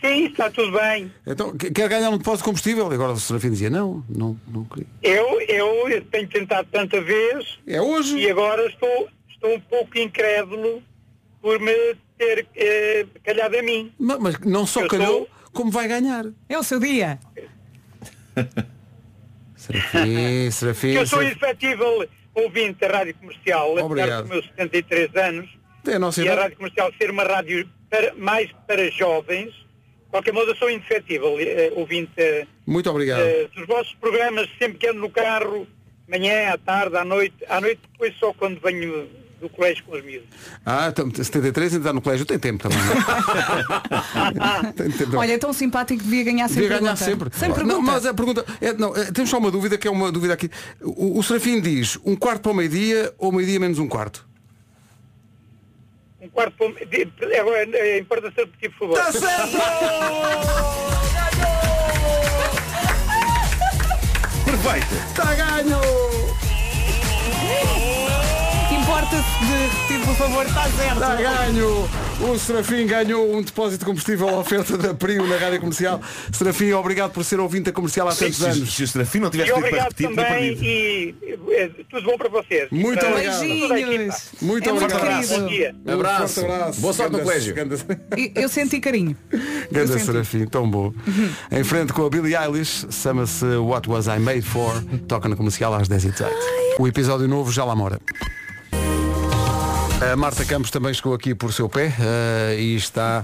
Speaker 13: Sim, está tudo bem.
Speaker 1: Então, que- quer ganhar um depósito de combustível? E agora o Serafim dizia, não, não, não queria.
Speaker 13: Eu, eu, eu tenho tentado tanta vez.
Speaker 1: É hoje.
Speaker 13: E agora estou, estou um pouco incrédulo por me ter eh, calhado a mim.
Speaker 1: Ma- Mas, não só
Speaker 13: Eu
Speaker 1: calhou,
Speaker 13: sou-
Speaker 1: como vai ganhar.
Speaker 3: É o seu dia.
Speaker 13: *laughs*
Speaker 1: Serafim, Serafim.
Speaker 13: eu sou
Speaker 1: Serafim.
Speaker 13: efetível ouvinte da Rádio Comercial, apesar
Speaker 1: Obrigado.
Speaker 13: dos meus 73 anos.
Speaker 1: É a nossa
Speaker 13: e a
Speaker 1: idade.
Speaker 13: Rádio Comercial ser uma rádio para- mais para jovens. De qualquer modo, eu sou indefetível eh, ouvinte eh,
Speaker 1: Muito
Speaker 7: Ah.
Speaker 1: obrigado.
Speaker 13: eh, dos vossos programas, sempre que ando no carro, manhã, à tarde, à noite. À noite, depois só quando venho do colégio com os miúdos.
Speaker 1: Ah, tam- 73 ainda está no colégio, tem tempo
Speaker 13: *laughs*
Speaker 1: também. não é? tem tempo.
Speaker 3: Olha, é tão simpático que devia ganhar sempre.
Speaker 1: Devia ganhar sempre.
Speaker 3: Sem pergunta.
Speaker 1: não, mas a pergunta. é, não, é, temos só uma dúvida que é uma dúvida aqui. O, o Serafim diz um quarto para o meio-dia ou meio-dia menos um quarto?
Speaker 13: Um quarto para... o- de- Agora, eh, importa ser por favor.
Speaker 5: Tá certo!
Speaker 11: Perfeito.
Speaker 3: Tá
Speaker 1: Está ganho!
Speaker 3: Importa-se de repetir, por favor, está certo.
Speaker 1: Está Tá ganho! O Serafim ganhou um depósito de combustível à oferta da Prio na rádio comercial. Serafim, obrigado por ser ouvinte da comercial há
Speaker 11: Se,
Speaker 1: tantos
Speaker 11: se,
Speaker 1: anos.
Speaker 11: se o Serafim não tivesse
Speaker 13: E
Speaker 11: tido para
Speaker 13: obrigado
Speaker 11: repetir, tinha
Speaker 13: também
Speaker 11: perdido.
Speaker 13: e eh, tudo bom para vocês.
Speaker 1: Muito
Speaker 13: Para-
Speaker 1: obrigado.
Speaker 13: toda a equipa.
Speaker 1: Muito
Speaker 13: É muito
Speaker 1: obrigado.
Speaker 13: querido. Bom dia.
Speaker 1: Um
Speaker 7: Abraço.
Speaker 1: forte abraço.
Speaker 7: Boa sorte no
Speaker 1: Ganda-
Speaker 7: colégio. *laughs*
Speaker 1: ganda-
Speaker 3: E- Eu senti carinho. Eu
Speaker 1: Ganda
Speaker 3: senti.
Speaker 1: Serafim, tão
Speaker 7: Uhum.
Speaker 1: bom. Em frente com a Billie Eilish, chama-se What Was I Made For, toca na comercial às 10h18. O episódio novo já lá mora. A Marta Campos também chegou aqui por seu pé eh, e está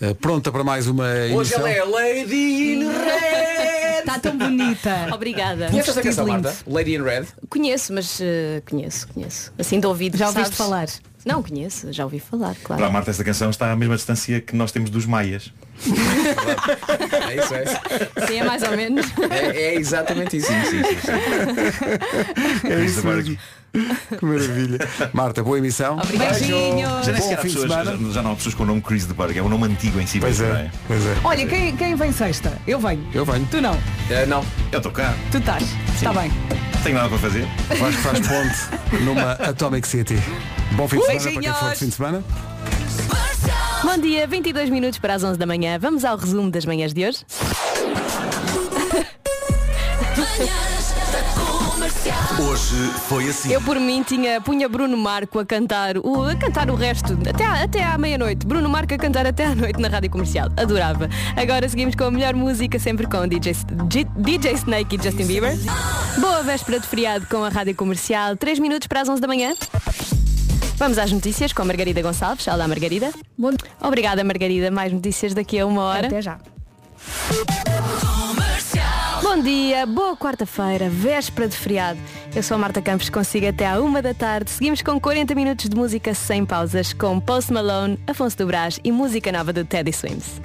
Speaker 1: eh, pronta para mais uma
Speaker 7: Hoje
Speaker 1: emissão.
Speaker 7: ela é Lady in Red.
Speaker 3: Está Tá tão bonita.
Speaker 14: Obrigada.
Speaker 7: Conheces esta canção, Marta? Lady in Red.
Speaker 14: Conheço, mas eh, conheço, conheço. Assim de ouvido.
Speaker 3: Já ouviste
Speaker 14: sabes?
Speaker 3: falar?
Speaker 14: Não, conheço, já ouvi falar, claro.
Speaker 11: Para a Marta esta canção está à mesma distância que nós temos dos maias.
Speaker 7: É isso, é.
Speaker 14: Sim, é mais ou menos.
Speaker 7: É, é exatamente isso.
Speaker 1: É isso mesmo. *laughs* Que maravilha. Marta, boa emissão.
Speaker 3: Obrigada. Beijinhos.
Speaker 11: Já nem sequer
Speaker 1: Bom
Speaker 11: há
Speaker 1: fim de
Speaker 11: pessoas,
Speaker 1: semana.
Speaker 11: já- já não há pessoas com o nome Chris de Burgh, é um nome antigo em si.
Speaker 1: Pois é, pois é.
Speaker 3: Olha, quem, quem vem sexta? Eu venho.
Speaker 1: Eu venho.
Speaker 3: Tu não.
Speaker 7: Eh, não.
Speaker 11: é? Eu estou cá.
Speaker 3: Tu estás. Está bem.
Speaker 11: Não tenho nada para fazer.
Speaker 1: Vasco faz ponte numa Atomic City. Bom fim de semana para quem
Speaker 14: Beijinhos.
Speaker 1: for de fim de semana.
Speaker 14: Bom dia, 22 minutos para as 11 da manhã. Vamos ao resumo das manhãs de hoje.
Speaker 15: Hoje foi assim.
Speaker 14: Eu por mim tinha punha Bruno Marco a cantar o a cantar o resto até à, até à meia-noite. Bruno Marco a cantar até à noite na rádio comercial. Adorava. Agora seguimos com a melhor música sempre com DJ, S- G- DJ Snake e Justin Bieber. Boa véspera de feriado com a rádio comercial. 3 minutos para as 11 da manhã. Vamos às notícias com a Margarida Gonçalves. Olá, Margarida. Bom. Obrigada, Margarida. Mais notícias daqui a uma hora. Até já. Bom dia, boa quarta-feira, véspera de feriado. Eu sou a Marta Campos, consigo até à uma da tarde. Seguimos com 40 minutos de música sem pausas, com Post Malone, Afonso do Brás e música nova do Teddy Swims.